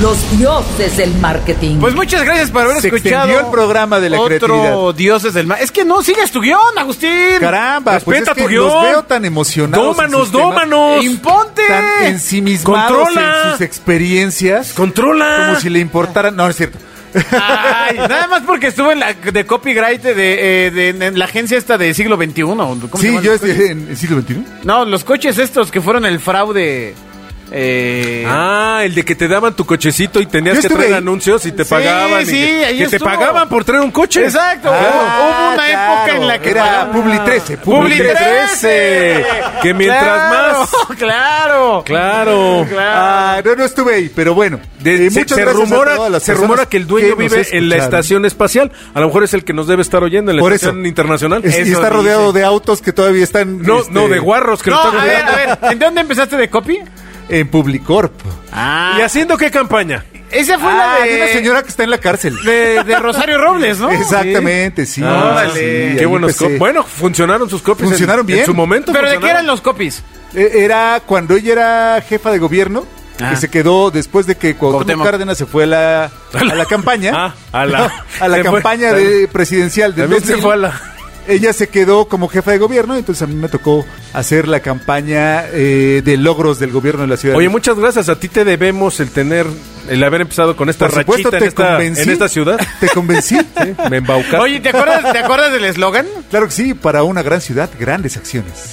Los dioses del marketing. Pues muchas gracias por haber Se escuchado. extendió el programa de la otro creatividad. Dioses del Mar. Es que no, sigues tu guión, Agustín. Caramba, pues Respeta es que tu guión. los veo tan emocionados. en Dómanos, sus temas, dómanos. Imponte. Tan (laughs) ensimismados en Controla. sus experiencias. Controla. Como si le importaran. No, no es cierto. Ay, nada más porque estuvo en la de copyright de, eh, de- en la agencia esta de siglo XXI. ¿cómo se Sí, llaman yo los coches? estoy en el siglo XXI. No, los coches estos que fueron el fraude. Eh... Ah, el de que te daban tu cochecito y tenías Yo que estuve traer ahí. anuncios y te Sí, pagaban. y sí, que- ahí que te estuvo. pagaban por traer un coche. Exacto. Ah, Oh, hubo una época claro. en la que Era pagaban- Publi 13. Publi 13. Que mientras Claro, (laughs) más- Claro. Claro. Ah, no, no estuve ahí, pero bueno. De- Eh, se, muchas se gracias a rumora, todas las se personas rumora que el dueño nos vive en la escucharon. estación espacial. A lo mejor es el que nos debe estar oyendo en la Por eso. estación internacional. Es- y Eso dice. está rodeado de autos que todavía están. No, este, no, de guarros que No, lo a están ver, rodeando. a ver. ¿En dónde empezaste de copy? En Publicorp. Ah. ¿Y haciendo qué campaña? Esa fue Ah, la de de, una señora que está en la cárcel. de, de Rosario Robles, ¿no? Exactamente, sí. Ah, sí, sí. ahí qué buenos empecé. co- Bueno, funcionaron sus copias. en- Funcionaron bien. En su momento. ¿Pero de qué funcionaron. eran los copies? Eh, Era cuando ella era jefa de gobierno. Ah. Que se quedó después de que Cuauhtémoc Cuauhtémoc. Cárdenas se fue a la, a (laughs) la campaña. Ah, a la- (laughs) a la se fue. campaña de, presidencial. De También se 2000. fue a la- Ella se quedó como jefa de gobierno, entonces a mí me tocó hacer la campaña eh, de logros del gobierno de la ciudad. Oye, de México. muchas gracias. A ti te debemos el tener, el haber empezado con esta Por supuesto, rachita en te esta, convencí. en esta ciudad. (laughs) Te (laughs) convencí. Me embaucaste. Oye, ¿te acuerdas, ¿te acuerdas del eslogan? Claro que sí, para una gran ciudad, grandes acciones.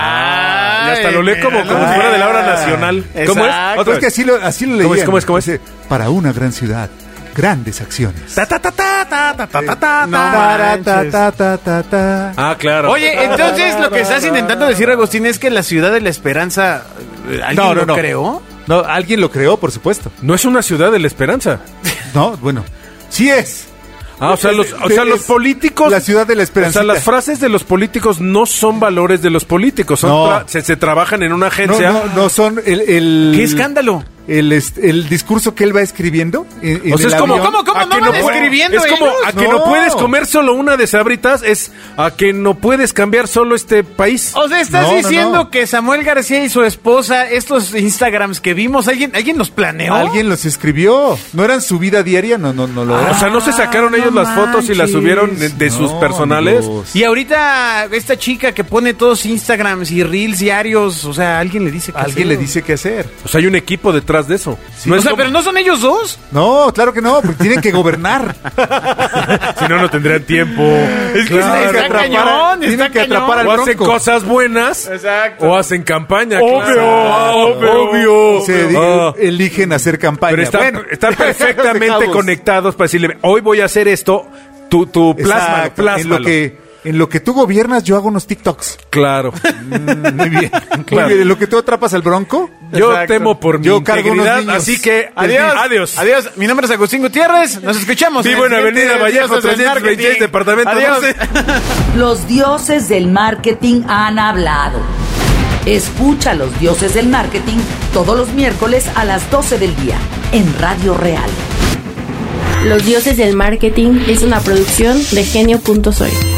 Ah, y hasta lo lee como, como si fuera de la hora nacional. ¿Cómo es? Exacto. Otra Ah, es que vez. así lo, así lo ¿Cómo es, leían. cómo es, cómo es? Dice, Para una gran ciudad, grandes acciones. Ta, ta, ta, ta, ta, ta, ta, ta, ta. Ta, no ta, ta, manches. ta, ta, ta, ta. Ah, claro. Oye, eh. entonces lo que estás intentando decir, Agustín, es que la ciudad de la esperanza, eh, ¿alguien No, no, lo no. creó? No, alguien lo creó, por supuesto. No es una ciudad de la esperanza. No, bueno, sí es. Ah, o sea, los, o sea, los Es políticos. la ciudad de la esperanza. esperancita. O sea, las frases de los políticos no son valores de los políticos. Son No. tra- se, se trabajan en una No, agencia. no, no son el, el- ¡Qué escándalo! el, este- el discurso que él va escribiendo. en- en O sea, el es como, avión. ¿cómo, cómo? a no que van puede- escribiendo Es como, ellos? a que no. No. puedes comer solo una de sabritas, es a que no puedes cambiar solo este país. O sea, estás No, no, diciendo no. que Samuel García y su esposa, estos Instagrams que vimos, ¿alguien, alguien los ¿Eh? planeó? Alguien los escribió. No eran su vida diaria, no, no, no lo. o sea, Ah, ¿no se sacaron ellos las fotos y las subieron de, de sus No, personales? amigos. Y ahorita esta chica que pone todos Instagrams y reels diarios, o sea, alguien le dice que Alguien le dice qué hacer. O sea, hay un equipo detrás de eso. No o es sea, como- pero no son ellos dos. No, claro que no, porque tienen (laughs) que gobernar. Si no, no tendrían (laughs) tiempo. que está- está Tienen que atrapar a- cañón, tienen está que atrapar al o hacen bronco. cosas buenas Exacto. o hacen campaña. Obvio, obvio, Oh, Se di- Ah. eligen hacer campaña. Pero están, Bueno, (laughs) están perfectamente dejamos. conectados para decirle, hoy voy a hacer esto, tú, tú, plásmalo, Exacto, En lo, plásmalo. que, en lo que tú gobiernas, yo hago unos TikToks. (laughs) Claro. Mm, Muy bien. Claro. Muy bien, en lo que tú atrapas al bronco. Yo Exacto. temo por mi Yo cargo unos integridad, niños. así que Adiós. adiós. Adiós. Mi nombre es Agustín Gutiérrez. Nos escuchamos. Vivo en el siguiente Avenida Vallejo, Dioses del 326, Marketing. departamento Adiós. 12. Los dioses del marketing han hablado. Escucha a los dioses del marketing todos los miércoles a las 12 del día en Radio Real. Los dioses del marketing es una producción de genio.soy.